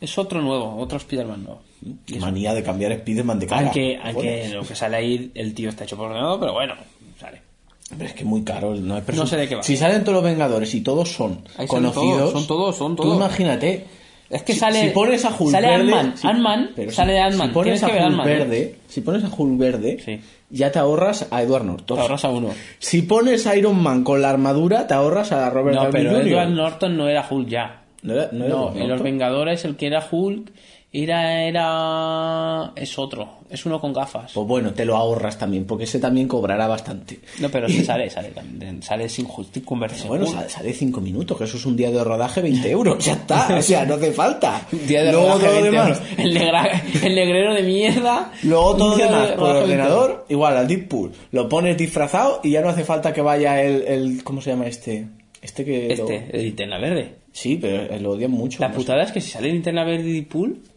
A: Es otro nuevo, otro Spider-Man nuevo.
B: Qué manía de cambiar Spider-Man de cara.
A: Aunque, aunque
B: Joder.
A: lo que sale ahí, el tío está hecho por ordenador, pero bueno, sale.
B: Pero es que muy caro. No, hay
A: No sé de qué va.
B: Si salen todos los Vengadores y todos son
A: Ahí salen
B: conocidos.
A: todos, son todos, son todos.
B: Tú imagínate.
A: Es que
B: si-
A: sale-
B: Si pones a Hulk
A: sale
B: verde.
A: Ant-Man,
B: si-
A: Ant-Man,
B: pero si-
A: sale Ant-Man,
B: Si pones
A: tienes que ver
B: a Hulk
A: Ant-Man, ¿eh?
B: verde. Si pones a Hulk verde.
A: Sí.
B: Ya te ahorras a Edward Norton.
A: Te ahorras a uno.
B: Si pones a Iron Man con la armadura, te ahorras a Robert
A: No,
B: Downey
A: pero
B: Jr.
A: Edward Norton no era Hulk ya.
B: No era- no era
A: No,
B: Edward
A: en Los
B: Norton.
A: Vengadores el que era Hulk era, era... es otro, es uno con gafas.
B: Pues bueno, te lo ahorras también, porque ese también cobrará bastante.
A: No, pero sí sale, sale, también, sale sin justicia convertirse en
B: Bueno,
A: Hulk.
B: sale, sale cinco minutos, que eso es un día de rodaje, 20 euros, ya
A: *laughs*
B: está, o sea, no hace falta.
A: Día de
B: Luego
A: rodaje,
B: todo lo
A: 20
B: demás.
A: euros. *laughs* El, negra- el negrero de mierda.
B: Luego todo lo
A: Día de
B: demás, por
A: rodaje, 20 euros.
B: ordenador, igual al Deadpool. Lo pones disfrazado y ya no hace falta que vaya el. el- ¿Cómo se llama este? Este que. lo-
A: Este, el linterna verde.
B: Sí, pero lo odian mucho.
A: La
B: no
A: putada es que si sale linterna verde y Deadpool,
B: sé.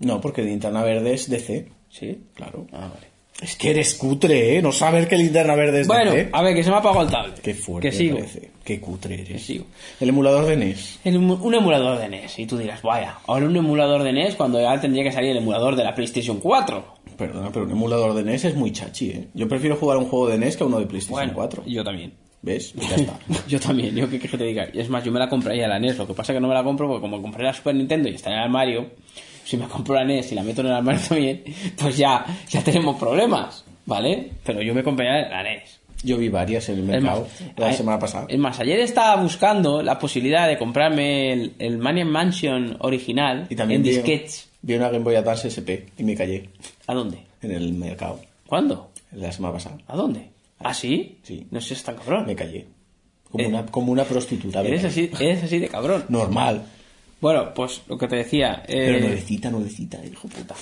B: No, porque Linterna Verde es DC,
A: sí.
B: claro.
A: Ah, vale.
B: Es que eres cutre, ¿eh? No saber que Linterna Verde es
A: Bueno,
B: DC.
A: a ver, que se me ha apagado el tablet.
B: Qué fuerte,
A: Que sigo.
B: parece. Qué cutre eres.
A: Que sigo.
B: El emulador de E NES.
A: El emu- un emulador de NES, y tú dirás, vaya, ahora un emulador de NES cuando ya tendría que salir el emulador de la PlayStation 4.
B: Perdona, pero un emulador de NES es muy chachi, ¿eh? Yo prefiero jugar a un juego de NES que a uno de PlayStation
A: Bueno,
B: 4.
A: yo también. *laughs*
B: ¿Ves? Pues ya está.
A: yo también, yo qué quieres que te diga. Y Es más, yo me la compraría la NES, lo que pasa es que no me la compro porque como compré la Super Nintendo y está en el armario, si me compro la NES y la meto en el armario *laughs* también, pues ya, ya tenemos problemas, ¿vale? Pero yo me compraría la NES.
B: Yo vi varias en el
A: Es más, eh,
B: mercado la
A: a-
B: semana pasada.
A: Es más, ayer estaba buscando la posibilidad de comprarme el, el Maniac Mansion original
B: Y también
A: en
B: vi-
A: disquets.
B: Vi una Game Boy Advance SP y me callé
A: ¿A dónde?
B: en el mercado
A: ¿Cuándo?
B: la semana pasada.
A: ¿A dónde? ¿Ah, sí?
B: Sí.
A: No seas tan cabrón.
B: Me callé. Como,
A: Eh.
B: una, como una prostituta. me
A: Eres
B: callé.
A: así, eres así de cabrón.
B: Normal.
A: Bueno, pues lo que te decía... eh,
B: Pero nuevecita, nuevecita, hijo puta.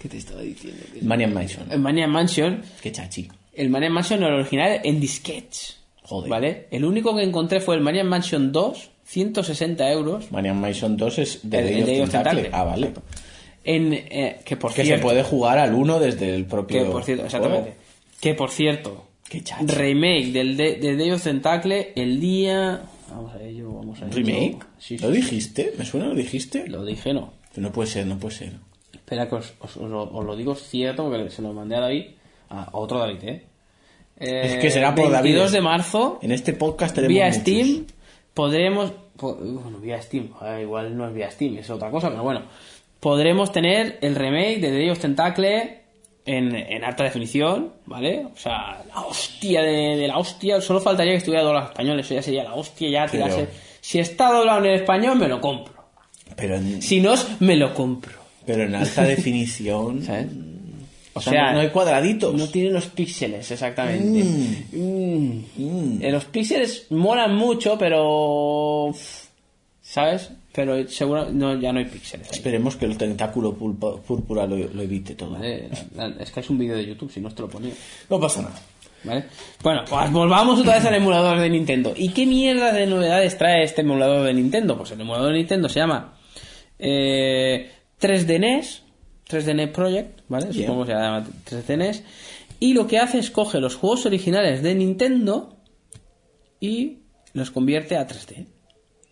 A: ¿Qué te estaba diciendo?
B: Manian Mansion.
A: El Maniac Mansion...
B: Qué chachi.
A: El Maniac Mansion el original en disquets.
B: Joder.
A: ¿Vale? El único que encontré fue el Maniac Mansion 2, 160 euros.
B: Manian Mansion 2 es de
A: El- el
B: Day of
A: Day of
B: Tentacle.
A: Tentacle.
B: Ah, vale.
A: En, eh, que por
B: Que se
A: cierto...
B: puede jugar al 1 desde el
A: Que
B: propio.
A: por cierto,
B: juego.
A: exactamente. Que por cierto,
B: Qué chacho.
A: Remake del de, de Day of Tentacle el día. Vamos a ello, vamos a ello.
B: ¿Remake?
A: Sí, sí.
B: ¿Lo dijiste? ¿Me suena lo dijiste?
A: Lo dije, no.
B: No puede ser, no puede ser.
A: Espera que os, os- os lo, os lo digo cierto porque se lo mandé a David. A otro David, ¿eh? Eh,
B: Es que será por David.
A: 22 de marzo,
B: En este podcast tenemos
A: vía
B: muchos.
A: Steam, podremos. po- bueno, vía Steam, ah, igual no es vía Steam, es otra cosa, pero bueno. Podremos tener el remake de Day of Tentacle en, en alta definición, ¿vale? O sea, la hostia de, de la hostia. Solo faltaría que estuviera doblado en español, eso ya sería la hostia, ya
B: Pero-
A: tirarse. Si está doblado en español, me lo compro.
B: Pero en,
A: Si no, es- me lo compro. Mm.
B: pero
A: *laughs*
B: en alta definición.
A: ¿Sabes?
B: O sea, no, no hay cuadraditos.
A: No tiene los píxeles, exactamente. Mm.
B: Mm.
A: Eh, los píxeles molan mucho, pero. uf, ¿Sabes? Pero seguro. No, ya no hay píxeles. ahí,
B: Esperemos que el tentáculo pulpa- púrpura lo, lo evite todo.
A: ¿vale? Es que es un vídeo de YouTube, si no te lo ponía.
B: No pasa nada.
A: ¿Vale? Bueno, pues volvamos otra vez al emulador de Nintendo. ¿Y qué mierda de novedades trae este emulador de Nintendo? Pues el emulador de Nintendo se llama eh, 3D NES, 3D NES E Project, ¿vale?
B: Bien.
A: Supongo que se llama 3D NES. E Y lo que hace es coge los juegos originales de Nintendo y los convierte a 3D.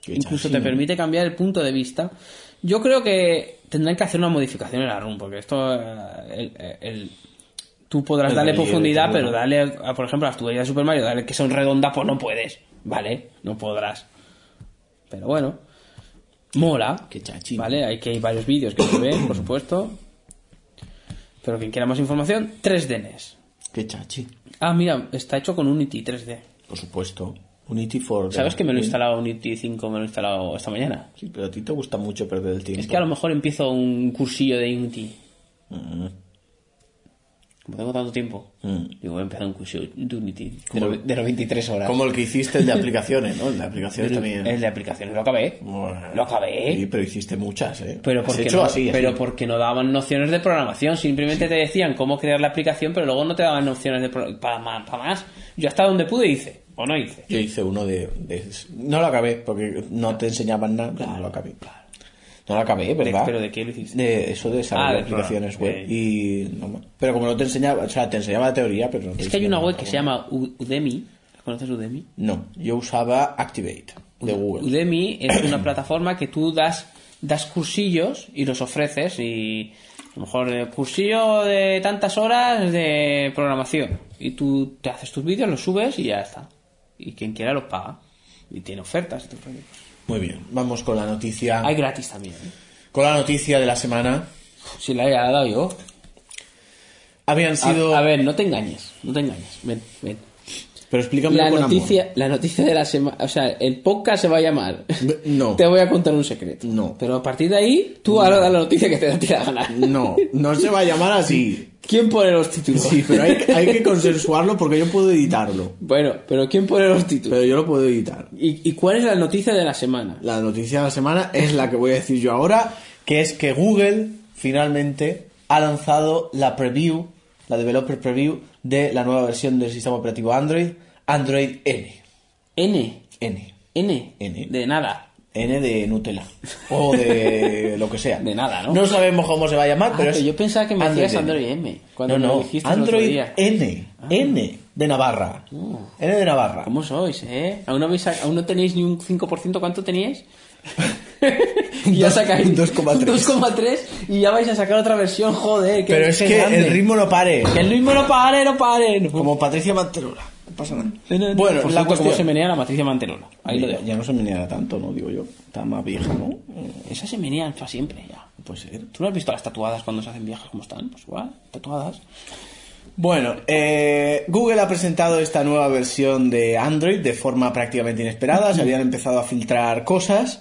B: Qué
A: Incluso te
B: chasquín.
A: permite cambiar el punto de vista. Yo creo que tendrán que hacer una modificación en la ROM, porque esto. eh, el- el- tú podrás
B: El
A: darle
B: relieve,
A: profundidad,
B: claro.
A: pero darle, a- por ejemplo, a las tuberías de Super Mario, darle que son redondas, pues no puedes. ¿Vale? No podrás. Pero bueno. Mola.
B: Qué chachi.
A: ¿Vale? Hay que hay varios vídeos que se ven, por supuesto. Pero quien quiera más información, 3D NES.
B: Qué chachi.
A: Ah, mira, está hecho con Unity 3D.
B: Por supuesto. Unity for.
A: ¿Sabes que me lo he instalado Unity 5, me lo he instalado esta mañana?
B: Sí, pero a ti te gusta mucho perder el tiempo.
A: Es que a lo mejor empiezo un cursillo de Unity.
B: Mm,
A: Como tengo tanto tiempo,
B: mm.
A: digo, voy a empezar un cursillo de Unity. De, lo- de los 23 horas.
B: Como el que hiciste el de *laughs* aplicaciones, ¿no? El de aplicaciones también.
A: El de aplicaciones, lo acabé.
B: Bueno.
A: Lo acabé.
B: Sí, pero hiciste muchas, ¿eh?
A: Pero
B: Has
A: porque,
B: hecho
A: no,
B: así, así.
A: pero porque no daban nociones de programación, simplemente te decían cómo crear la aplicación, pero luego no te daban nociones de pro- para más, para más. Yo hasta donde pude hice, o no hice.
B: Yo hice uno de, de- No lo acabé, porque no te enseñaban nada. No lo acabé. No lo acabé,
A: De-
B: ¿verdad?
A: ¿Pero de qué lo hiciste?
B: De eso de saber
A: Ah,
B: de
A: del
B: aplicaciones
A: programa,
B: web. Y no me- pero como no te enseñaba, o sea, te enseñaba la teoría, pero no te
A: Es que hay una
B: enseñaba
A: web que se llama U- Udemy. ¿La ¿Conoces Udemy?
B: No, yo usaba Activate de Google.
A: Udemy es una plataforma que tú das, das cursillos y los ofreces y a lo mejor eh, cursillo de tantas horas de programación y tú te haces tus vídeos, los subes y ya está. Y quien quiera los paga. Y tiene ofertas. y todo el rollo.
B: Muy bien, vamos con la noticia.
A: Hay gratis también. ¿eh?
B: Con la noticia de la semana.
A: Si la he dado yo.
B: Habían
A: A,
B: sido.
A: a ver, no te engañes, no te engañes. Ven, ven.
B: pero explícame
A: La
B: con amor.
A: noticia, la noticia de la semana, o sea, el podcast se va a llamar.
B: No.
A: *laughs* Te voy a contar un secreto.
B: No.
A: Pero a partir de ahí, tú ahora das la noticia que te da a ti la gana.
B: No, no se va a
A: *laughs*
B: llamar así.
A: ¿Quién pone los títulos?
B: Sí, pero hay, hay que consensuarlo porque yo puedo editarlo.
A: *laughs* Bueno, pero ¿quién pone los títulos?
B: Pero yo lo puedo editar.
A: ¿Y, y cuál es la noticia de la semana?
B: La noticia de la semana es la que voy a decir yo ahora, que es que Google finalmente ha lanzado la preview, la developer preview de la nueva versión del sistema operativo Android, Android N.
A: N.
B: N.
A: N.
B: N.
A: De nada.
B: N de Nutella. O de lo que sea.
A: De nada, ¿no?
B: No sabemos cómo se va a llamar,
A: Ah,
B: pero
A: que
B: es
A: yo pensaba que me decías
B: N.
A: Android M, cuando
B: no,
A: me lo
B: no.
A: dijiste el otro
B: Android E.
A: día. Ah. Uh.
B: N. N de Navarra. N de Navarra.
A: ¿Cómo sois, eh? ¿Aún no, habéis sa- aún no tenéis ni un 5%? ¿Cuánto
B: *laughs*
A: teníais? y ya
B: Dos-
A: sacáis
B: 2,3.
A: 2,3 y ya vais a sacar otra versión, joder.
B: Pero es
A: qué
B: que
A: grande.
B: el ritmo no pare.
A: Que el ritmo no pare, no pare. no.
B: Como Patricia Manterola. No pasa nada.
A: No, no,
B: bueno,
A: por cierto,
B: la
A: cómo
B: cuestión...
A: se menea la matriz de Manterola. Ahí lo dejo.
B: Ya no se meneará tanto, ¿no? Digo yo. Está más vieja, ¿no? Eh,
A: Esa se menea para siempre ya.
B: Puede ser.
A: ¿Tú no has visto las tatuadas cuando se hacen viejas como están? Pues igual, tatuadas.
B: Bueno, eh, Google ha presentado esta nueva versión de Android de forma prácticamente inesperada. Se habían empezado a filtrar cosas,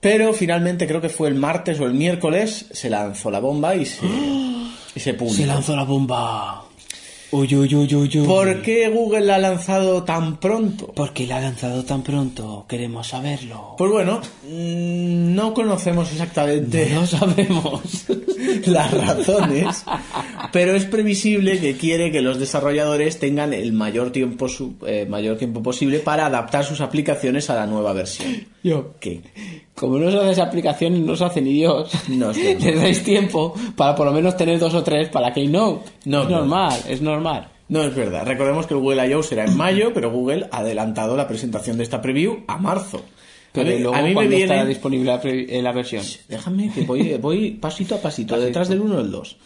B: pero finalmente creo que fue el martes o el miércoles se lanzó la bomba y *gasps* se, y se publicó.
A: la bomba. Uy, uy, uy, uy, uy.
B: ¿Por qué Google la ha lanzado tan pronto?
A: ¿Por qué la ha lanzado tan pronto? Queremos saberlo.
B: Pues bueno, mm, no conocemos exactamente
A: No
B: *laughs*
A: sabemos.
B: las razones, pero es previsible que quiere que los desarrolladores tengan el mayor tiempo, su- eh, mayor tiempo posible para adaptar sus aplicaciones a la nueva versión.
A: Yo,
B: ¿Qué?
A: como no se hace esa aplicación, no se hace ni Dios. *laughs*
B: No es verdad.
A: Le dais tiempo para por lo menos tener dos o tres para Keynote.
B: No,
A: es
B: no.
A: normal, es normal.
B: No es verdad. Recordemos que el Google I.O. será en mayo, pero Google ha adelantado la presentación de esta preview a marzo.
C: Pero
B: a mí,
C: luego,
B: a mí me
C: ¿cuándo
B: viene...
C: estará disponible la, pre- eh, la versión?
B: Déjame que voy, voy pasito a pasito,
C: Pasito.
B: detrás del 1 al 2.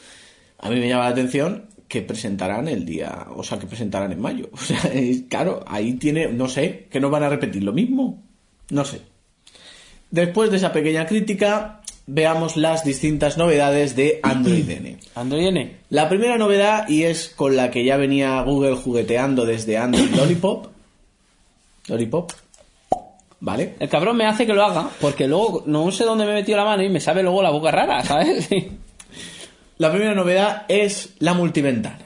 B: A mí me llama la atención que presentarán el día, o sea, que presentarán en mayo. *laughs* O sea, es- claro, ahí tiene, no sé, que no van a repetir lo mismo. No sé. Después de esa pequeña crítica, veamos las distintas novedades de Android N.
C: Android N.
B: La primera novedad, y es con la que ya venía Google jugueteando desde Android Lollipop. Lollipop. ¿Vale?
A: El cabrón me hace que lo haga, porque luego no sé dónde me he metido la mano y me sabe luego la boca rara, ¿sabes? *laughs* Sí.
B: La primera novedad es la multiventana.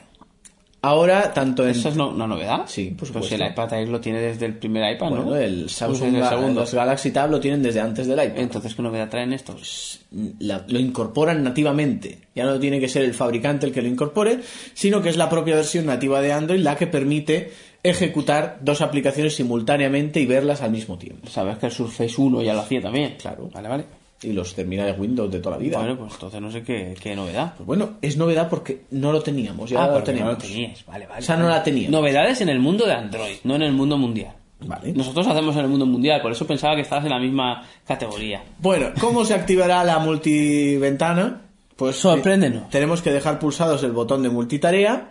B: Ahora, tanto en.
C: Eso es no, una novedad.
B: Sí, por
C: Pues
B: supuesto.
C: el iPad Air lo tiene desde el primer iPad,
B: bueno,
C: ¿no?
B: el
C: Pues
B: Samsung
C: desde el
B: Ga-
C: segundo.
B: los Galaxy Tab lo tienen desde antes del iPad.
C: Entonces, ¿qué novedad traen estos?
B: La- lo incorporan nativamente. Ya no tiene que ser el fabricante el que lo incorpore, sino que es la propia versión nativa de Android la que permite ejecutar dos aplicaciones simultáneamente y verlas al mismo tiempo.
C: Pues, Sabes que el Surface 1 ya lo hacía también.
B: Claro.
C: Vale, vale.
B: Y los terminales Windows de toda la vida.
C: Bueno, pues entonces no sé qué, qué novedad.
B: Pues bueno, es novedad porque no lo teníamos. Ya lo
C: Ah, porque
B: teníamos.
C: No lo tenías, vale, vale.
B: O sea, no la teníamos.
C: Novedades en el mundo de Android, no en el mundo mundial.
B: Vale.
C: Nosotros hacemos en el mundo mundial, por eso pensaba que estabas en la misma categoría.
B: Bueno, ¿cómo se activará la multiventana? Pues
C: Sorpréndenos.
B: eh, Tenemos que dejar pulsados el botón de multitarea.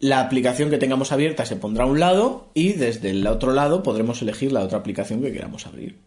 B: La aplicación que tengamos abierta se pondrá a un lado y desde el otro lado podremos elegir la otra aplicación que queramos abrir.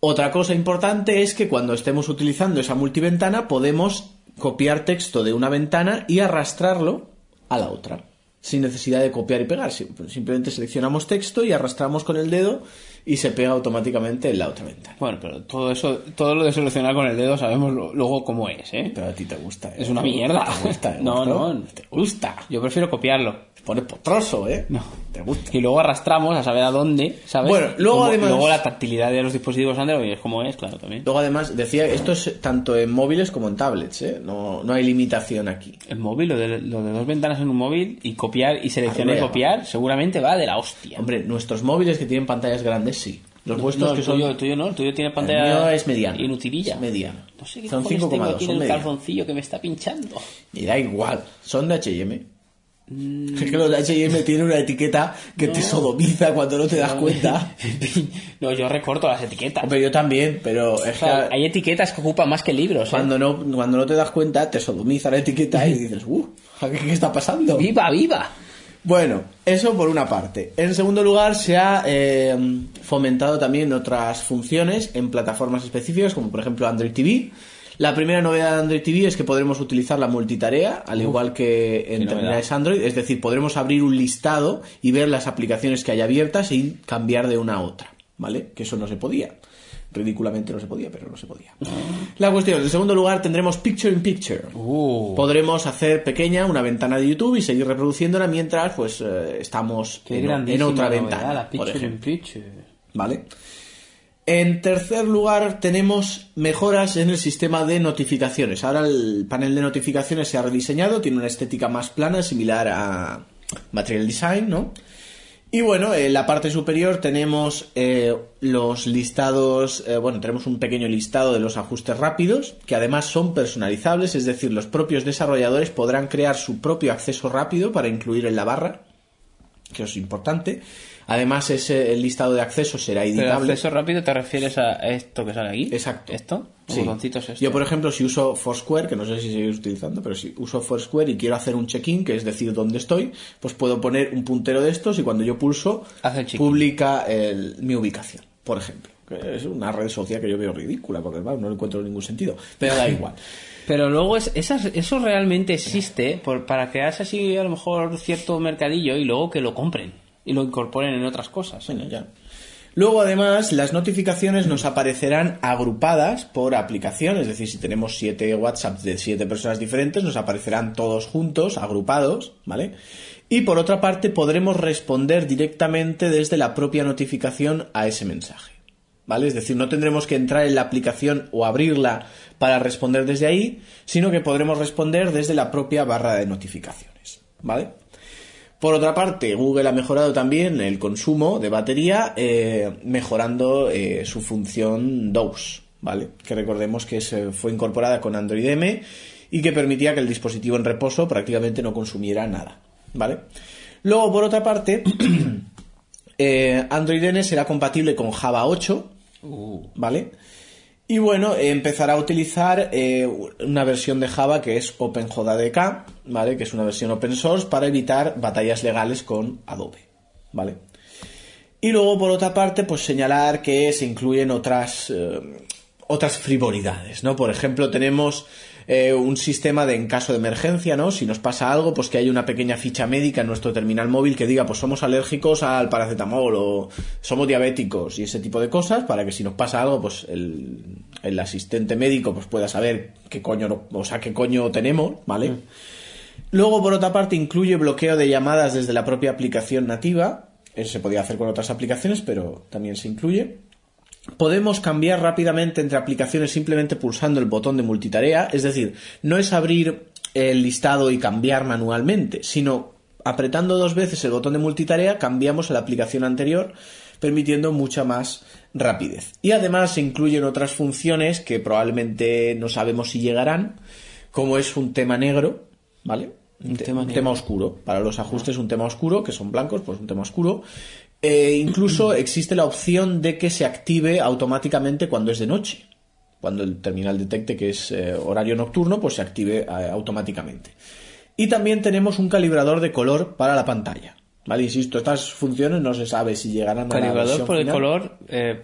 B: Otra cosa importante es que cuando estemos utilizando esa multiventana podemos copiar texto de una ventana y arrastrarlo a la otra, sin necesidad de copiar y pegar. Sim- Simplemente seleccionamos texto y arrastramos con el dedo y se pega automáticamente en la otra ventana.
C: Bueno, pero todo eso, todo lo de solucionar con el dedo sabemos lo- luego cómo es, ¿eh?
B: Pero a ti te gusta. ¿eh?
C: Es una mierda.
B: Te gusta, ¿eh?
C: No, no,
B: *laughs* ¿no?
C: te gusta. Yo prefiero copiarlo.
B: Te pones potroso, ¿eh?
C: No.
B: Te gusta.
C: Y luego arrastramos a saber a dónde, ¿sabes?
B: Bueno, luego
C: Como-
B: además-
C: Luego la tactilidad de los dispositivos Android es como es, claro, también.
B: Luego además decía, esto es tanto en móviles como en tablets, ¿eh? No, no hay limitación aquí.
C: El móvil, lo de, lo de dos ventanas en un móvil y copiar y seleccionar y
B: Arriba y
C: copiar, seguramente va de la hostia.
B: Hombre, nuestros móviles que tienen pantallas grandes, sí. Los vuestros
C: no,
B: que
C: el,
B: son...
C: tuyo, el tuyo no, el tuyo tiene
B: El
C: pantalla.
B: mío es mediano.
C: Inutililla.
B: Es mediano.
A: No sé qué
B: son
A: cojones tengo
B: 5,2,
A: aquí en
B: son
A: el
B: mediano.
A: calzoncillo que me está
B: *laughs*
A: pinchando.
B: Y da igual, son de H&M. Es que los de *laughs* H&M tienen una etiqueta que te sodomiza cuando no te
C: *laughs*
B: das *laughs* cuenta.
A: No, yo recorto las etiquetas.
B: Hombre, yo también, pero es
A: O
B: que
A: sea, hay etiquetas que ocupan más que libros. ¿eh?
B: cuando no, cuando no te das cuenta te sodomiza la etiqueta y dices, uh, ¿a ¿qué, qué está pasando?
A: ¡Viva, viva!
B: Bueno, eso por una parte. En segundo lugar, se ha eh, fomentado también otras funciones en plataformas específicas, como por ejemplo Android TV. La primera novedad de Android TV es que podremos utilizar la multitarea, al igual que en
C: novedad.
B: terminales Android. Es decir, podremos abrir un listado y ver las aplicaciones que hay abiertas y cambiar de una a otra. ¿Vale? Que eso no se podía. Ridículamente no se podía, pero no se podía. La cuestión, en segundo lugar, tendremos Picture in Picture.
C: Uh.
B: Podremos hacer pequeña una ventana de YouTube y seguir reproduciéndola mientras pues eh, estamos
C: Qué
B: en, en
C: grandísima
B: otra
C: novedad,
B: ventana,
C: la
B: por
C: picture in
B: ejemplo,
C: picture.
B: ¿vale? En tercer lugar tenemos mejoras en el sistema de notificaciones. Ahora el panel de notificaciones se ha rediseñado, tiene una estética más plana, similar a Material Design, ¿no? Y bueno, en la parte superior tenemos eh, los listados, eh, bueno, tenemos un pequeño listado de los ajustes rápidos, que además son personalizables, es decir, los propios desarrolladores podrán crear su propio acceso rápido para incluir en la barra, que es importante. Además, ese el listado de acceso será
C: Pero
B: editable.
C: acceso rápido te refieres a esto que sale aquí.
B: Exacto.
C: Esto. Los
B: Sí.
C: botoncitos estos.
B: Yo, por ejemplo, si uso Foursquare, que no sé si seguís utilizando, pero si uso Foursquare y quiero hacer un check-in, que es decir dónde estoy, pues puedo poner un puntero de estos y cuando yo pulso,
C: Hace el check-in.
B: publica el- mi ubicación, por ejemplo. Que es una red social que yo veo ridícula, porque vamos, no le encuentro ningún sentido,
C: *laughs*
B: pero da igual.
A: Pero luego es, esas- eso realmente existe por, para crearse así a lo mejor cierto mercadillo y luego que lo compren y lo incorporen en otras cosas. ¿eh?
B: Bueno, ya. Luego, además, las notificaciones nos aparecerán agrupadas por aplicación, es decir, si tenemos siete WhatsApps de siete personas diferentes, nos aparecerán todos juntos, agrupados, ¿vale? Y por otra parte, podremos responder directamente desde la propia notificación a ese mensaje, ¿vale? Es decir, no tendremos que entrar en la aplicación o abrirla para responder desde ahí, sino que podremos responder desde la propia barra de notificaciones, ¿vale? Por otra parte, Google ha mejorado también el consumo de batería, eh, mejorando eh, su función DOS, ¿vale? Que recordemos que se fue incorporada con Android M y y que permitía que el dispositivo en reposo prácticamente no consumiera nada. ¿Vale? Luego, por otra parte, *clears throat* eh, Android N será compatible con Java 8, Uh. ¿vale? Y bueno, eh, empezará a utilizar eh, una versión de Java que es OpenJDK, ¿vale? Que es una versión open source para evitar batallas legales con Adobe, ¿vale? Y luego, por otra parte, pues señalar que se incluyen otras, eh, otras frivolidades, ¿no? Por ejemplo, tenemos eh, un sistema de en caso de emergencia, ¿no? Si nos pasa algo, pues que hay una pequeña ficha médica en nuestro terminal móvil que diga, pues somos alérgicos al paracetamol o somos diabéticos y ese tipo de cosas, para que si nos pasa algo, pues el, el asistente médico pues pueda saber qué coño, no- o sea, qué coño tenemos, ¿vale? Luego, por otra parte, incluye bloqueo de llamadas desde la propia aplicación nativa. Eso se podía hacer con otras aplicaciones, pero también se incluye. Podemos cambiar rápidamente entre aplicaciones simplemente pulsando el botón de multitarea. Es decir, no es abrir el listado y cambiar manualmente, sino apretando dos veces el botón de multitarea cambiamos a la aplicación anterior, permitiendo mucha más rapidez. Y además se incluyen otras funciones que probablemente no sabemos si llegarán, como es un tema negro, ¿vale? Un, te-
A: tema
B: un tema oscuro. Para los ajustes, un tema oscuro, que son blancos, pues un tema oscuro. Eh,
A: *clears throat*
B: incluso existe la opción de que se active automáticamente cuando es de noche. Cuando el terminal detecte que es eh, horario nocturno, pues se active eh, automáticamente. Y también tenemos un calibrador de color para la pantalla. Vale, insisto, estas funciones no se sabe si llegarán a la
A: Calibrador
B: versión
A: por el
B: final.
A: color, eh,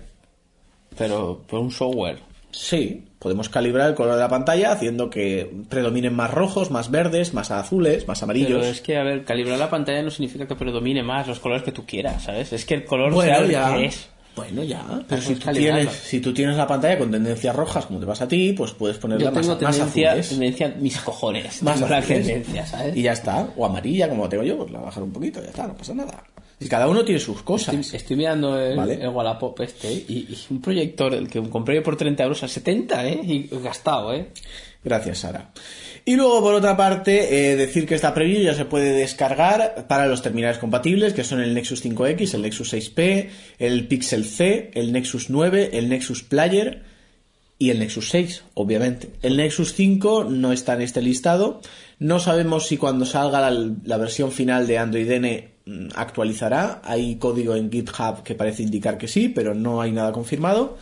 A: pero por un software.
B: Sí, podemos calibrar el color de la pantalla haciendo que predominen más rojos, más verdes, más azules, más amarillos.
A: Pero es que, a ver, calibrar la pantalla no significa que predomine más los colores que tú quieras, ¿sabes? Es que el color sea el que es.
B: Bueno, ya. Pero si
A: puedes
B: tú,
A: calibrarla.
B: tienes, si tú tienes la pantalla con tendencias rojas, como te pasa a ti, pues puedes ponerla
A: Yo
B: más,
A: tengo
B: más
A: tendencia,
B: azules.
A: tendencia mis cojones.
B: Más
A: tengo la
B: azules.
A: tendencia, ¿sabes?
B: Y ya está. O amarilla, como la tengo yo, pues la bajar un poquito, ya está, no pasa nada. Y cada uno tiene sus cosas.
A: Estoy, estoy mirando el,
B: Vale.
A: el Wallapop este y, y un proyector el que compré por 30 euros a 70, ¿eh? Y gastado, ¿eh?
B: Gracias, Sara. Y luego, por otra parte, eh, decir que esta preview ya se puede descargar para los terminales compatibles, que son el Nexus 5X, el Nexus 6P, el Pixel C, el Nexus 9, el Nexus Player y el Nexus 6, obviamente. El Nexus 5 no está en este listado. No sabemos si cuando salga la, la versión final de Android N mm, actualizará. Hay código en GitHub que parece indicar que sí, pero no hay nada confirmado.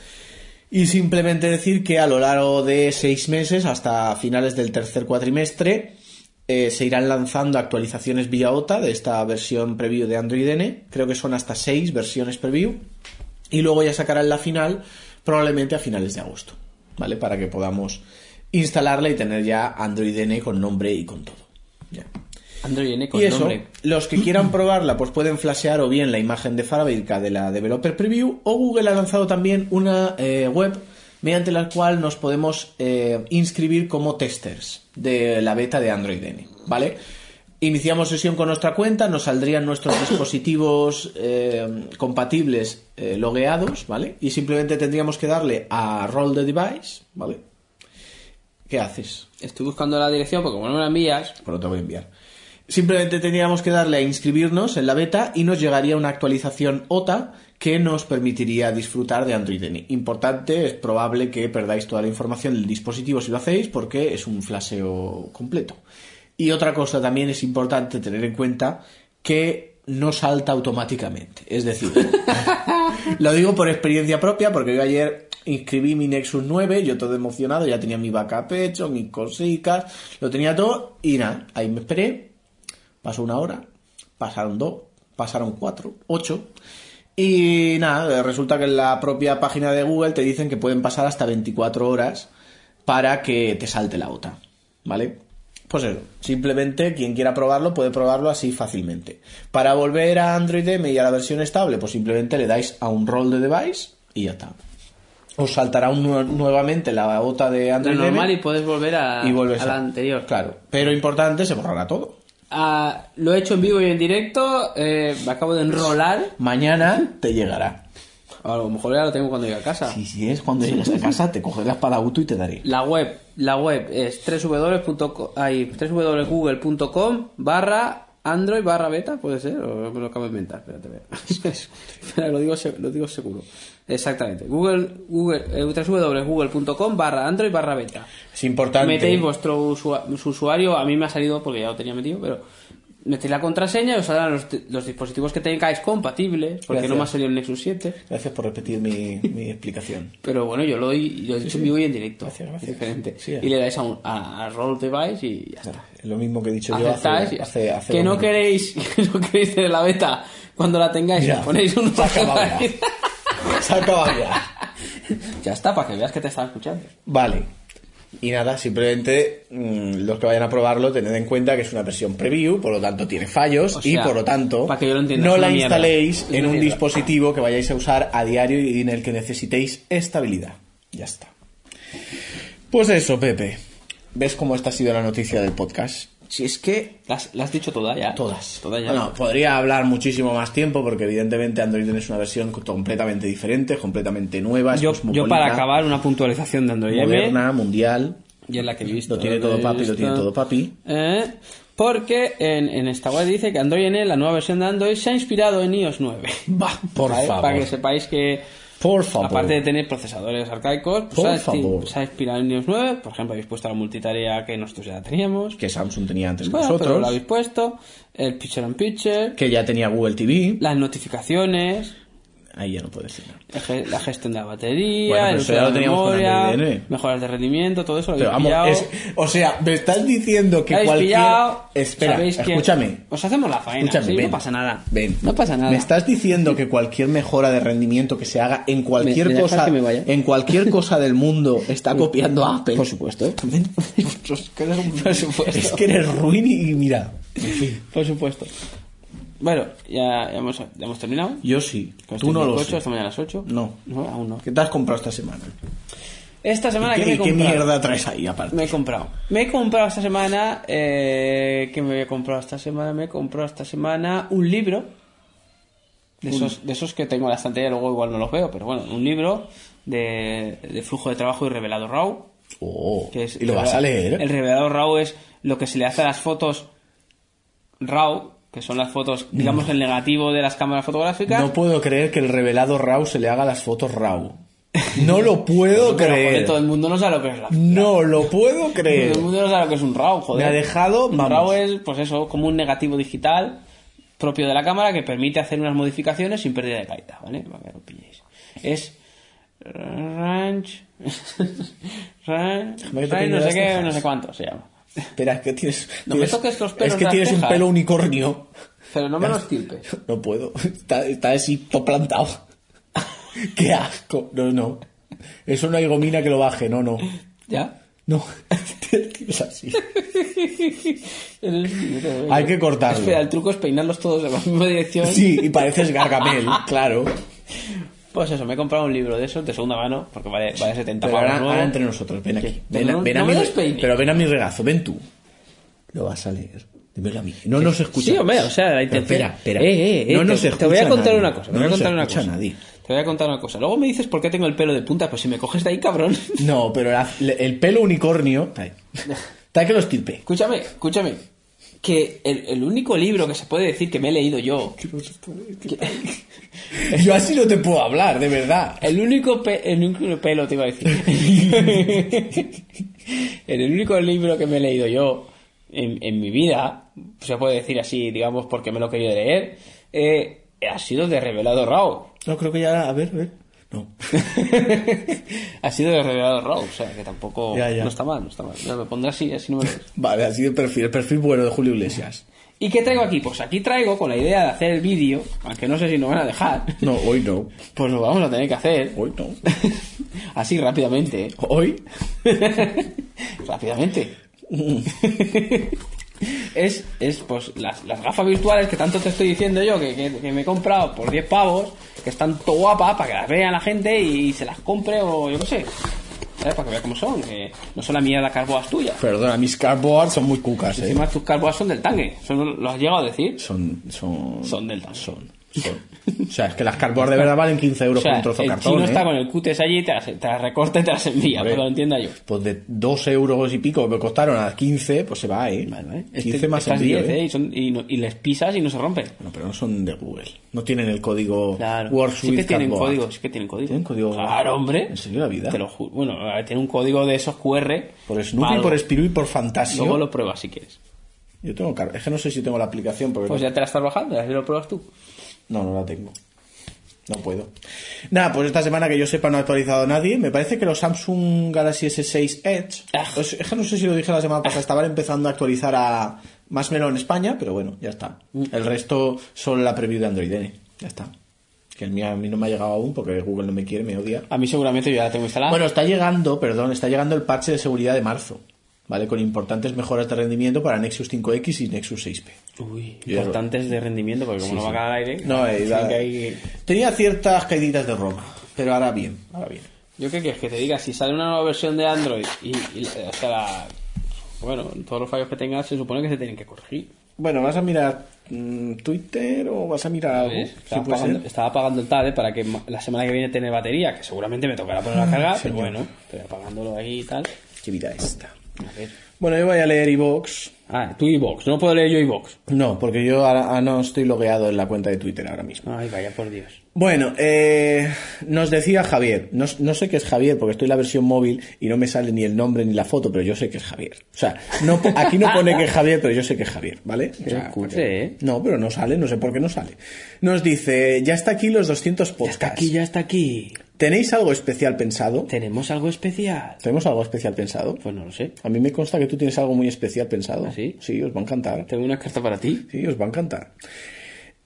B: Y simplemente decir que a lo largo de seis meses, hasta finales del tercer cuatrimestre, eh, se irán lanzando actualizaciones vía OTA de esta versión preview de Android N. Creo que son hasta seis versiones preview. Y luego ya sacarán la final, probablemente a finales de agosto. ¿Vale? Para que podamos instalarla y tener ya Android N con nombre y con todo. Ya.
A: Android N con
B: Y eso,
A: nombre.
B: los que
A: *clears throat*
B: quieran probarla, pues pueden flashear o bien la imagen de fábrica de la Developer Preview, o Google ha lanzado también una eh, web mediante la cual nos podemos eh, inscribir como testers de la beta de Android N, ¿vale? Iniciamos sesión con nuestra cuenta, nos
A: *clears throat*
B: saldrían nuestros dispositivos eh, compatibles eh, logueados, ¿vale? Y simplemente tendríamos que darle a Roll the Device, ¿vale? ¿Qué haces?
A: Estoy buscando la dirección porque como no me la envías,
B: por Pues, lo te voy a enviar. Simplemente teníamos que darle a inscribirnos en la beta y nos llegaría una actualización OTA que nos permitiría disfrutar de Android N. Importante, es probable que perdáis toda la información del dispositivo si lo hacéis porque es un flaseo completo. Y otra cosa también es importante tener en cuenta que no salta automáticamente. Es decir, *laughs* lo digo por experiencia propia, porque yo ayer inscribí mi Nexus 9, yo todo emocionado, ya tenía mi vaca a pecho, mis cositas, lo tenía todo, y nada, ahí me esperé, pasó una hora, pasaron dos, pasaron cuatro, ocho, y nada, resulta que en la propia página de Google te dicen que pueden pasar hasta 24 horas para que te salte la OTA, ¿vale? Pues eso, simplemente quien quiera probarlo puede probarlo así fácilmente. Para volver a Android M y a la versión estable, pues simplemente le dais a un roll de device y ya está. Os saltará un nue- nuevamente la OTA de
A: lo
B: Android M
A: normal y puedes volver a,
B: y vuelves
A: a la
B: a-
A: anterior.
B: Claro, pero importante, se borrará todo.
A: Ah, lo he hecho en vivo y en directo, eh, me acabo de enrolar.
B: Mañana te llegará.
A: A lo mejor ya lo tengo cuando llegue a casa.
B: Si si es cuando llegas a casa, te cogerás para auto y te daré.
A: La web, la web es www.google.com barra Android barra beta, puede ser, o me lo acabo de inventar, espérate, *laughs* espera. Espera, lo digo, se- lo digo seguro. Exactamente. Google, Google, eh, www.google.com barra Android barra beta.
B: Es importante.
A: Metéis vuestro usua- su usuario, a mí me ha salido porque ya lo tenía metido, pero metéis la contraseña y os saldrán los, los dispositivos que tengáis compatibles, porque
B: Gracias.
A: no me ha salido el Nexus 7.
B: Gracias por repetir mi, mi explicación.
A: Pero bueno, yo lo, doy- lo he dicho en vivo y en directo.
B: Gracias, gracias.
A: Diferente.
B: Sí,
A: y le dais a, un- a, a Roll Device y ya está.
B: Lo mismo que he dicho
A: Aceptáis y-
B: yo hace, hace, hace
A: que
B: dos
A: no
B: minutos.
A: queréis *laughs* que no queréis tener la beta cuando la tengáis
B: Mira,
A: os ponéis un
B: se ha acabado ya. Se ha acabado ya.
A: *laughs* ya está para que veas que te están escuchando
B: Vale. Y nada, simplemente mm, los que vayan a probarlo, tened en cuenta que es una versión preview, por lo tanto tiene fallos
A: O
B: y
A: sea,
B: por lo tanto
A: para que yo lo entienda,
B: no
A: es una
B: la
A: mierda.
B: instaléis
A: Es una
B: en un
A: mierda.
B: dispositivo que vayáis a usar a diario y en el que necesitéis estabilidad. Ya está. Pues eso, Pepe. ¿Ves cómo esta ha sido la noticia del podcast?
A: si es que la has, la has dicho toda ya
B: Todas.
A: toda ya
B: Bueno, podría hablar muchísimo más tiempo porque evidentemente Android es una versión completamente diferente, completamente nueva. es
A: yo, yo
B: cosmopolita,
A: para acabar una puntualización de Android M
B: Moderna, mundial.
A: y es la que he visto
B: Lo tiene
A: he
B: todo papi, lo
A: visto.
B: tiene todo papi.
A: Eh, porque en, en esta web dice que Android N, la nueva versión de Android, se ha inspirado en iOS 9.
B: Bah, por
A: ¿Vale?
B: favor.
A: Para que sepáis que,
B: Por favor.
A: aparte de tener procesadores arcaicos, pues
B: Por
A: se ha-
B: favor.
A: se ha inspirado en iOS 9. Por ejemplo, habéis puesto la multitarea que nosotros ya teníamos. Pues
B: que Samsung tenía antes que
A: Bueno, pero lo
B: nosotros,
A: habéis puesto. El Picture on Picture.
B: que ya tenía Google TV,
A: Las notificaciones.
B: ahí ya no puede ser. nada.
A: el ge- La gestión de la batería,
B: Bueno,
A: el
B: pero eso
A: uso
B: ya
A: de
B: lo
A: la
B: teníamos con
A: memoria,
B: Android N.
A: mejoras de rendimiento, todo eso lo
B: Pero
A: habéis
B: vamos,
A: pillado.
B: es- o sea, me estás diciendo que
A: Habéis
B: cualquier...
A: pillado,
B: Espera,
A: sabéis que
B: escúchame.
A: Os hacemos la faena,
B: Escúchame,
A: sí,
B: ven.
A: no pasa nada.
B: Ven.
A: No pasa nada.
B: Me estás diciendo que cualquier mejora de rendimiento que se haga en cualquier
A: ¿Me- me dejas
B: cosa
A: que me vaya?
B: en cualquier cosa del mundo está copiando a Apple.
A: Por
B: *laughs*
A: supuesto. Pues Por supuesto.
B: Es que eres ruin y mira.
A: Por supuesto. Bueno, ya, ya hemos, ya hemos terminado.
B: Yo sí,
A: Estoy
B: tú no
A: en
B: lo
A: coche,
B: sé.
A: Hasta mañana a las 8.
B: No.
A: aún no.
B: ¿Qué te has comprado esta semana?
A: Esta semana
B: ¿Qué,
A: que me he
B: qué
A: comprado?
B: mierda traes ahí aparte?
A: Me he comprado. Me he comprado esta semana. Eh, ¿Qué me había comprado esta semana? Me he comprado esta semana un libro. De esos, de esos que tengo en la estantería, luego igual no los veo, pero bueno, un libro de, de flujo de trabajo y revelado RAW.
B: Oh,
A: que es-
B: y lo vas a leer.
A: El revelador RAW es lo que se le hace a las fotos RAW, que son las fotos, digamos, el negativo de las cámaras fotográficas.
B: No puedo creer que el revelado RAW se le haga las fotos RAW. *laughs* No lo puedo
A: Pero, joder,
B: creer.
A: todo el mundo no sabe lo que es la
B: No lo puedo creer.
A: Todo el mundo no sabe lo que es un RAW,
B: Me
A: joder.
B: ha dejado,
A: Un
B: vamos.
A: RAW es, pues eso, como un negativo digital propio de la cámara que permite hacer unas modificaciones sin pérdida de calidad, ¿vale? Para que lo pilléis. Es... Ranch... *laughs* Ranch...
B: Déjame que te
A: no
B: pille
A: sé
B: las
A: qué,
B: cejas.
A: no sé cuánto se llama.
B: Espera, es que tienes.
A: No
B: tienes-
A: me toques los pelos
B: Es que
A: de las
B: tienes un
A: cejas.
B: pelo unicornio.
A: Pero no me lo estirpes.
B: No puedo. Está, está así todo plantado. *laughs* Qué asco. No, no. Eso no hay gomina que lo baje. No, no.
A: ¿Ya?
B: No. *laughs* Es así. *laughs*
A: Eres un idiota,
B: Hay que cortarlo.
A: Espera, el truco es peinarlos todos en la misma dirección.
B: Sí, y pareces Gargamel, claro.
A: Pues eso, me he comprado un libro de esos de segunda mano, porque vale, vale 70
B: Pero ahora,
A: pavos. nuevo.
B: ahora entre nosotros, ven aquí.
A: ¿Qué?
B: Ven, a-
A: No,
B: ven a
A: no
B: mi,
A: me despeine.
B: pero ven a mi regazo, ven tú. Lo vas a leer. Dímelo a mí. No nos escucha.
A: Sí, hombre, o sea, la
B: Pero
A: intención.
B: Espera, espera.
A: Eh, eh, eh,
B: no nos
A: te, te
B: escucha
A: voy a contar
B: nadie.
A: una cosa. Te
B: No
A: voy a
B: nos
A: contar una
B: escucha
A: cosa.
B: nadie.
A: Te voy a contar una cosa. Luego me dices por qué tengo el pelo de punta. Pues si me coges de ahí, cabrón. *laughs*
B: No, pero la- le- el pelo unicornio. Está que lo estirpe.
A: escúchame, escúchame. Que el, el único libro que se puede decir que me he leído yo.
B: Yo así no te puedo hablar, de verdad.
A: El único, pe- el único pelo te iba a decir. *laughs* el único libro que me he leído yo en, en mi vida, se puede decir así, digamos, porque me lo he querido leer, eh, ha sido de Revelado Rao.
B: No, creo que ya. A ver, a ver. No.
A: *laughs* ha sido de revelado Raw, o sea que tampoco
B: Ya, ya.
A: no está mal, no está mal. Ya Me pondré así, así no me lo ves.
B: Vale, así de perfil. El perfil bueno de Julio Iglesias.
A: ¿Y qué traigo aquí? Pues aquí traigo con la idea de hacer el vídeo, aunque no sé si nos van a dejar, *laughs*
B: No, hoy no.
A: pues lo vamos a tener que hacer *laughs*
B: Hoy no.
A: así rápidamente. ¿eh?
B: Hoy.
A: *laughs* rápidamente. es, es pues las, las gafas virtuales que tanto te estoy diciendo yo que, que- que me he comprado por 10 pavos, que están todo guapas para que las vea la gente y se las compre o yo qué sé. ¿Sabes? Para que vea cómo son, que no son la mierda carboas tuyas.
B: Perdona, mis cardboards son muy cucas, eh.
A: Encima tus carboas son del tanque. Eso no lo has llegado a decir.
B: Son. Son.
A: Son del tanque.
B: Son. O sea, es que las cardboard de verdad valen 15
A: O
B: euros
A: sea,
B: por un trozo de
A: el
B: cartón.
A: chino
B: ¿eh?
A: está con el cutis allí y te las, te las recorta y te las envía,
B: Hombre.
A: pero lo entienda yo.
B: Pues de 2 euros y pico que me costaron a 15, pues se va, ¿eh?
A: Bueno, ¿eh?
B: 15
A: Este-
B: más
A: estas
B: envío,
A: 10,
B: ¿eh?
A: ¿eh? Y, son- y no- y les pisas y no se rompen.
B: Bueno, pero no son de Google. No tienen el código
A: Claro.
B: Words
A: sí que
B: with
A: tienen
B: Cardboard.
A: código, sí que tienen código.
B: ¿Tienen código?
A: Claro, hombre.
B: ¿En serio la vida?
A: Te lo juro. Bueno, a ver, tiene un código de esos QR.
B: Por Snoopy,
A: Algo.
B: por Spirou y por Fantasio.
A: Luego lo pruebas si quieres.
B: Yo tengo car- Es que no sé si tengo la aplicación porque
A: Pues
B: no-
A: ya te la estás bajando, así lo pruebas tú.
B: no, no la tengo. No puedo. Nada, pues esta semana que yo sepa no ha actualizado nadie. Me parece que los Samsung Galaxy S6 Edge.
A: Ah.
B: pues es que no sé si lo dije la semana pasada. Estaban empezando a actualizar a más menos en España, pero bueno, ya está. El resto son la preview de Android N. Ya está. Que el mío a mí no me ha llegado aún porque Google no me quiere, me odia.
A: A mí seguramente yo ya la tengo instalada.
B: Bueno, está llegando, perdón, está llegando el parche de seguridad de marzo, ¿vale? Con importantes mejoras de rendimiento para Nexus 5X y Nexus 6P.
A: Uy,
B: Yo ya lo-
A: importantes de rendimiento, porque como no va a caer al aire.
B: No, eh,
A: sí
B: la-
A: que hay-
B: tenía ciertas caíditas de Roma, pero ahora bien, ahora bien.
A: Yo qué quieres que te diga, si sale una nueva versión de Android y, y la- o sea, la- bueno, todos los fallos que tengas se supone que se tienen que corregir.
B: Bueno, ¿vas a mirar mm, Twitter o vas a mirar algo?
A: ¿Ves?
B: Sí,
A: Estaba,
B: puede
A: pagando,
B: ser.
A: estaba pagando el TADE para que ma- la semana que viene tener batería, que seguramente me tocará poner la carga, pero
B: señor.
A: bueno, estoy apagándolo ahí y tal.
B: Qué vida esta.
A: A ver.
B: Bueno, yo voy a leer iVox.
A: Ah, tú iVox, no puedo leer yo iVox.
B: No, porque yo ahora- ah, no estoy logueado en la cuenta de Twitter ahora mismo.
A: Ay, vaya por Dios.
B: Bueno, eh, nos decía Javier, no, no sé qué es Javier porque estoy en la versión móvil y no me sale ni el nombre ni la foto, pero yo sé que es Javier. O sea, no, po- aquí no pone que es Javier, pero yo sé que es Javier, ¿vale? O sea,
A: Qué cutre,
B: porque-
A: ¿eh?
B: No, pero no sale, no sé por qué no sale. Nos dice, ya está aquí los 200 podcasts.
A: Hasta aquí, ya está aquí.
B: ¿Tenéis algo especial pensado?
A: ¿Tenemos algo especial?
B: ¿Tenemos algo especial pensado?
A: Pues no lo sé.
B: A mí me consta que tú tienes algo muy especial pensado.
A: ¿Ah, sí?
B: Sí, os va a encantar.
A: Tengo una carta para ti.
B: Sí, os va a encantar.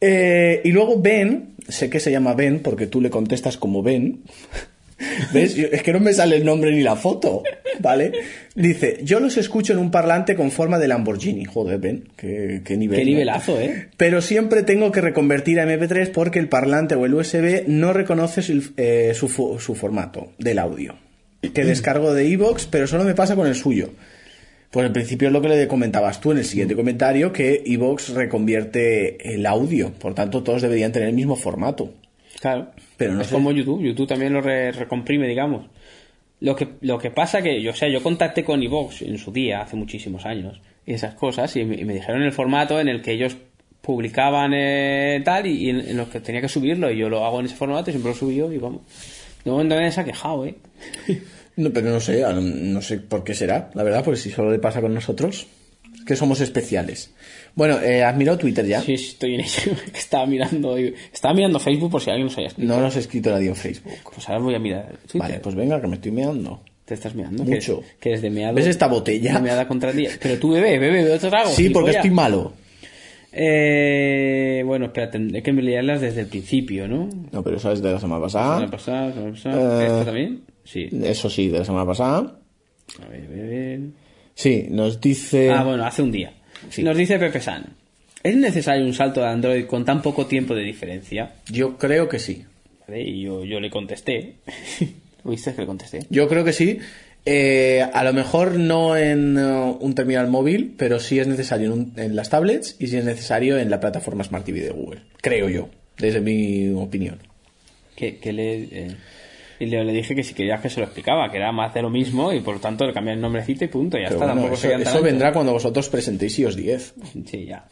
B: Eh, y luego Ben, sé que se llama Ben porque tú le contestas como Ben. *laughs* ¿Ves? Yo- Es que no me sale el nombre ni la foto, ¿vale? Dice, yo los escucho en un parlante con forma de Lamborghini. Joder, Ben, qué, qué nivel.
A: Qué
B: ¿no?
A: nivelazo, ¿eh?
B: Pero siempre tengo que reconvertir a MP3 porque el parlante o el USB no reconoce su, eh, su fo- su formato del audio. Que descargo de Evox, pero solo me pasa con el suyo. Pues en principio es lo que le comentabas tú en el siguiente comentario, que Evox reconvierte el audio. Por tanto, todos deberían tener el mismo formato.
A: Claro.
B: Pero no
A: es
B: sé-
A: como YouTube. YouTube también lo re- recomprime, digamos. Lo que, lo que pasa que, yo, o sea, yo contacté con Evox en su día, hace muchísimos años, y esas cosas, y me, y me dijeron el formato en el que ellos publicaban eh, tal, y, y en, en los que tenía que subirlo, y yo lo hago en ese formato, y siempre lo subí yo, y vamos. De momento nadie se ha quejado, ¿eh?
B: No, pero no sé, a- no sé por qué será, la verdad, porque si solo le pasa con nosotros, es que somos especiales. Bueno, eh, ¿has mirado Twitter ya?
A: Sí, sí, estoy en *laughs* ello. Estaba mirando, estaba mirando Facebook por si alguien nos haya escrito.
B: No nos has escrito nadie en Facebook.
A: Pues ahora voy a mirar Twitter.
B: Vale, pues venga, que me estoy meando.
A: Te estás mirando.
B: Mucho.
A: Que, que eres de meado.
B: ¿Ves esta botella?
A: de meada contra el día. Pero tú bebé, bebé, bebe otro trago.
B: Sí, porque
A: gilipollas.
B: estoy malo.
A: Eh, bueno, espérate, hay que leerlas desde el principio, ¿no?
B: No, pero eso es de la semana
A: Semana
B: pasada.
A: pasada, semana pasada.
B: Ah. Eh.
A: ¿Esta también? Sí.
B: Eso sí, de la semana pasada.
A: A ver, bebé.
B: Sí, nos dice...
A: Ah, bueno, hace un día. Nos dice Pepe San. ¿Es necesario un salto de Android con tan poco tiempo de diferencia?
B: Yo creo que sí.
A: Vale, Y yo, yo le
B: *laughs*
A: contesté. ¿Oíste que le contesté?
B: Yo creo que sí. Eh, a lo mejor no en eh, un terminal móvil, pero sí es necesario en, un- en las tablets y sí es necesario en la plataforma Smart TV de Google. Creo yo, desde mi opinión.
A: Que, que le, eh, y le, le dije que si querías que se lo explicaba, que era más de lo mismo y por lo tanto le cambié el nombrecito y punto. Ya
B: Pero
A: está,
B: bueno,
A: tampoco
B: eso,
A: serían
B: eso
A: tan anchos.
B: vendrá cuando vosotros presentéis iOS 10.
A: *laughs* Sí, ya.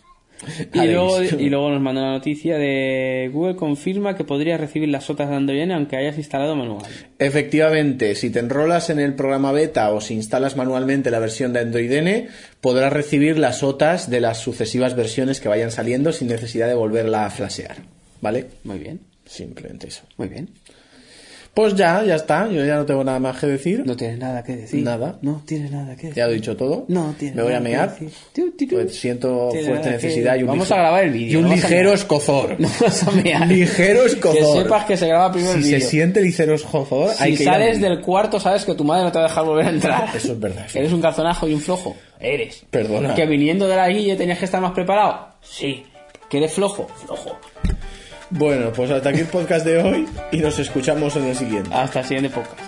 B: A
A: Y
B: ver,
A: luego,
B: esto.
A: y luego nos mandó la noticia de Google confirma que podrías recibir las sotas de Android N aunque hayas instalado manual.
B: Efectivamente, si te enrolas en el programa beta o si instalas manualmente la versión de Android N, podrás recibir las OTAs de las sucesivas versiones que vayan saliendo sin necesidad de volverla a flashear. ¿Vale?
A: Muy bien,
B: Simplemente eso.
A: muy bien.
B: Pues ya, ya está. Yo ya no tengo nada más que decir.
A: No tienes nada que decir.
B: Nada.
A: No tienes nada que decir.
B: Ya lo he dicho todo.
A: No tienes
B: Me voy a
A: nada que
B: mear.
A: decir. Tu, tu, tu.
B: Pues siento
A: Tienes
B: fuerte
A: nada que
B: necesidad y un
A: Vamos
B: lige-
A: a grabar el vídeo,
B: Y un
A: no vas a
B: ligero
A: mear.
B: escozor.
A: *laughs* No vas a mear.
B: Ligero
A: Que
B: escozor.
A: sepas que se graba primero el
B: si se
A: vídeo.
B: siente ligero escozor, hay
A: Si
B: que ir a
A: sales
B: mí.
A: del cuarto, sabes que tu madre no te va a dejar volver a entrar. *laughs*
B: Eso es verdad. sí.
A: Eres un calzonajo y un flojo. Eres.
B: Perdona.
A: Que viniendo de la guille tenías que estar más preparado. Sí. Que eres flojo. Flojo.
B: Bueno, pues hasta aquí el podcast de hoy y nos escuchamos en el siguiente.
A: Hasta el siguiente podcast.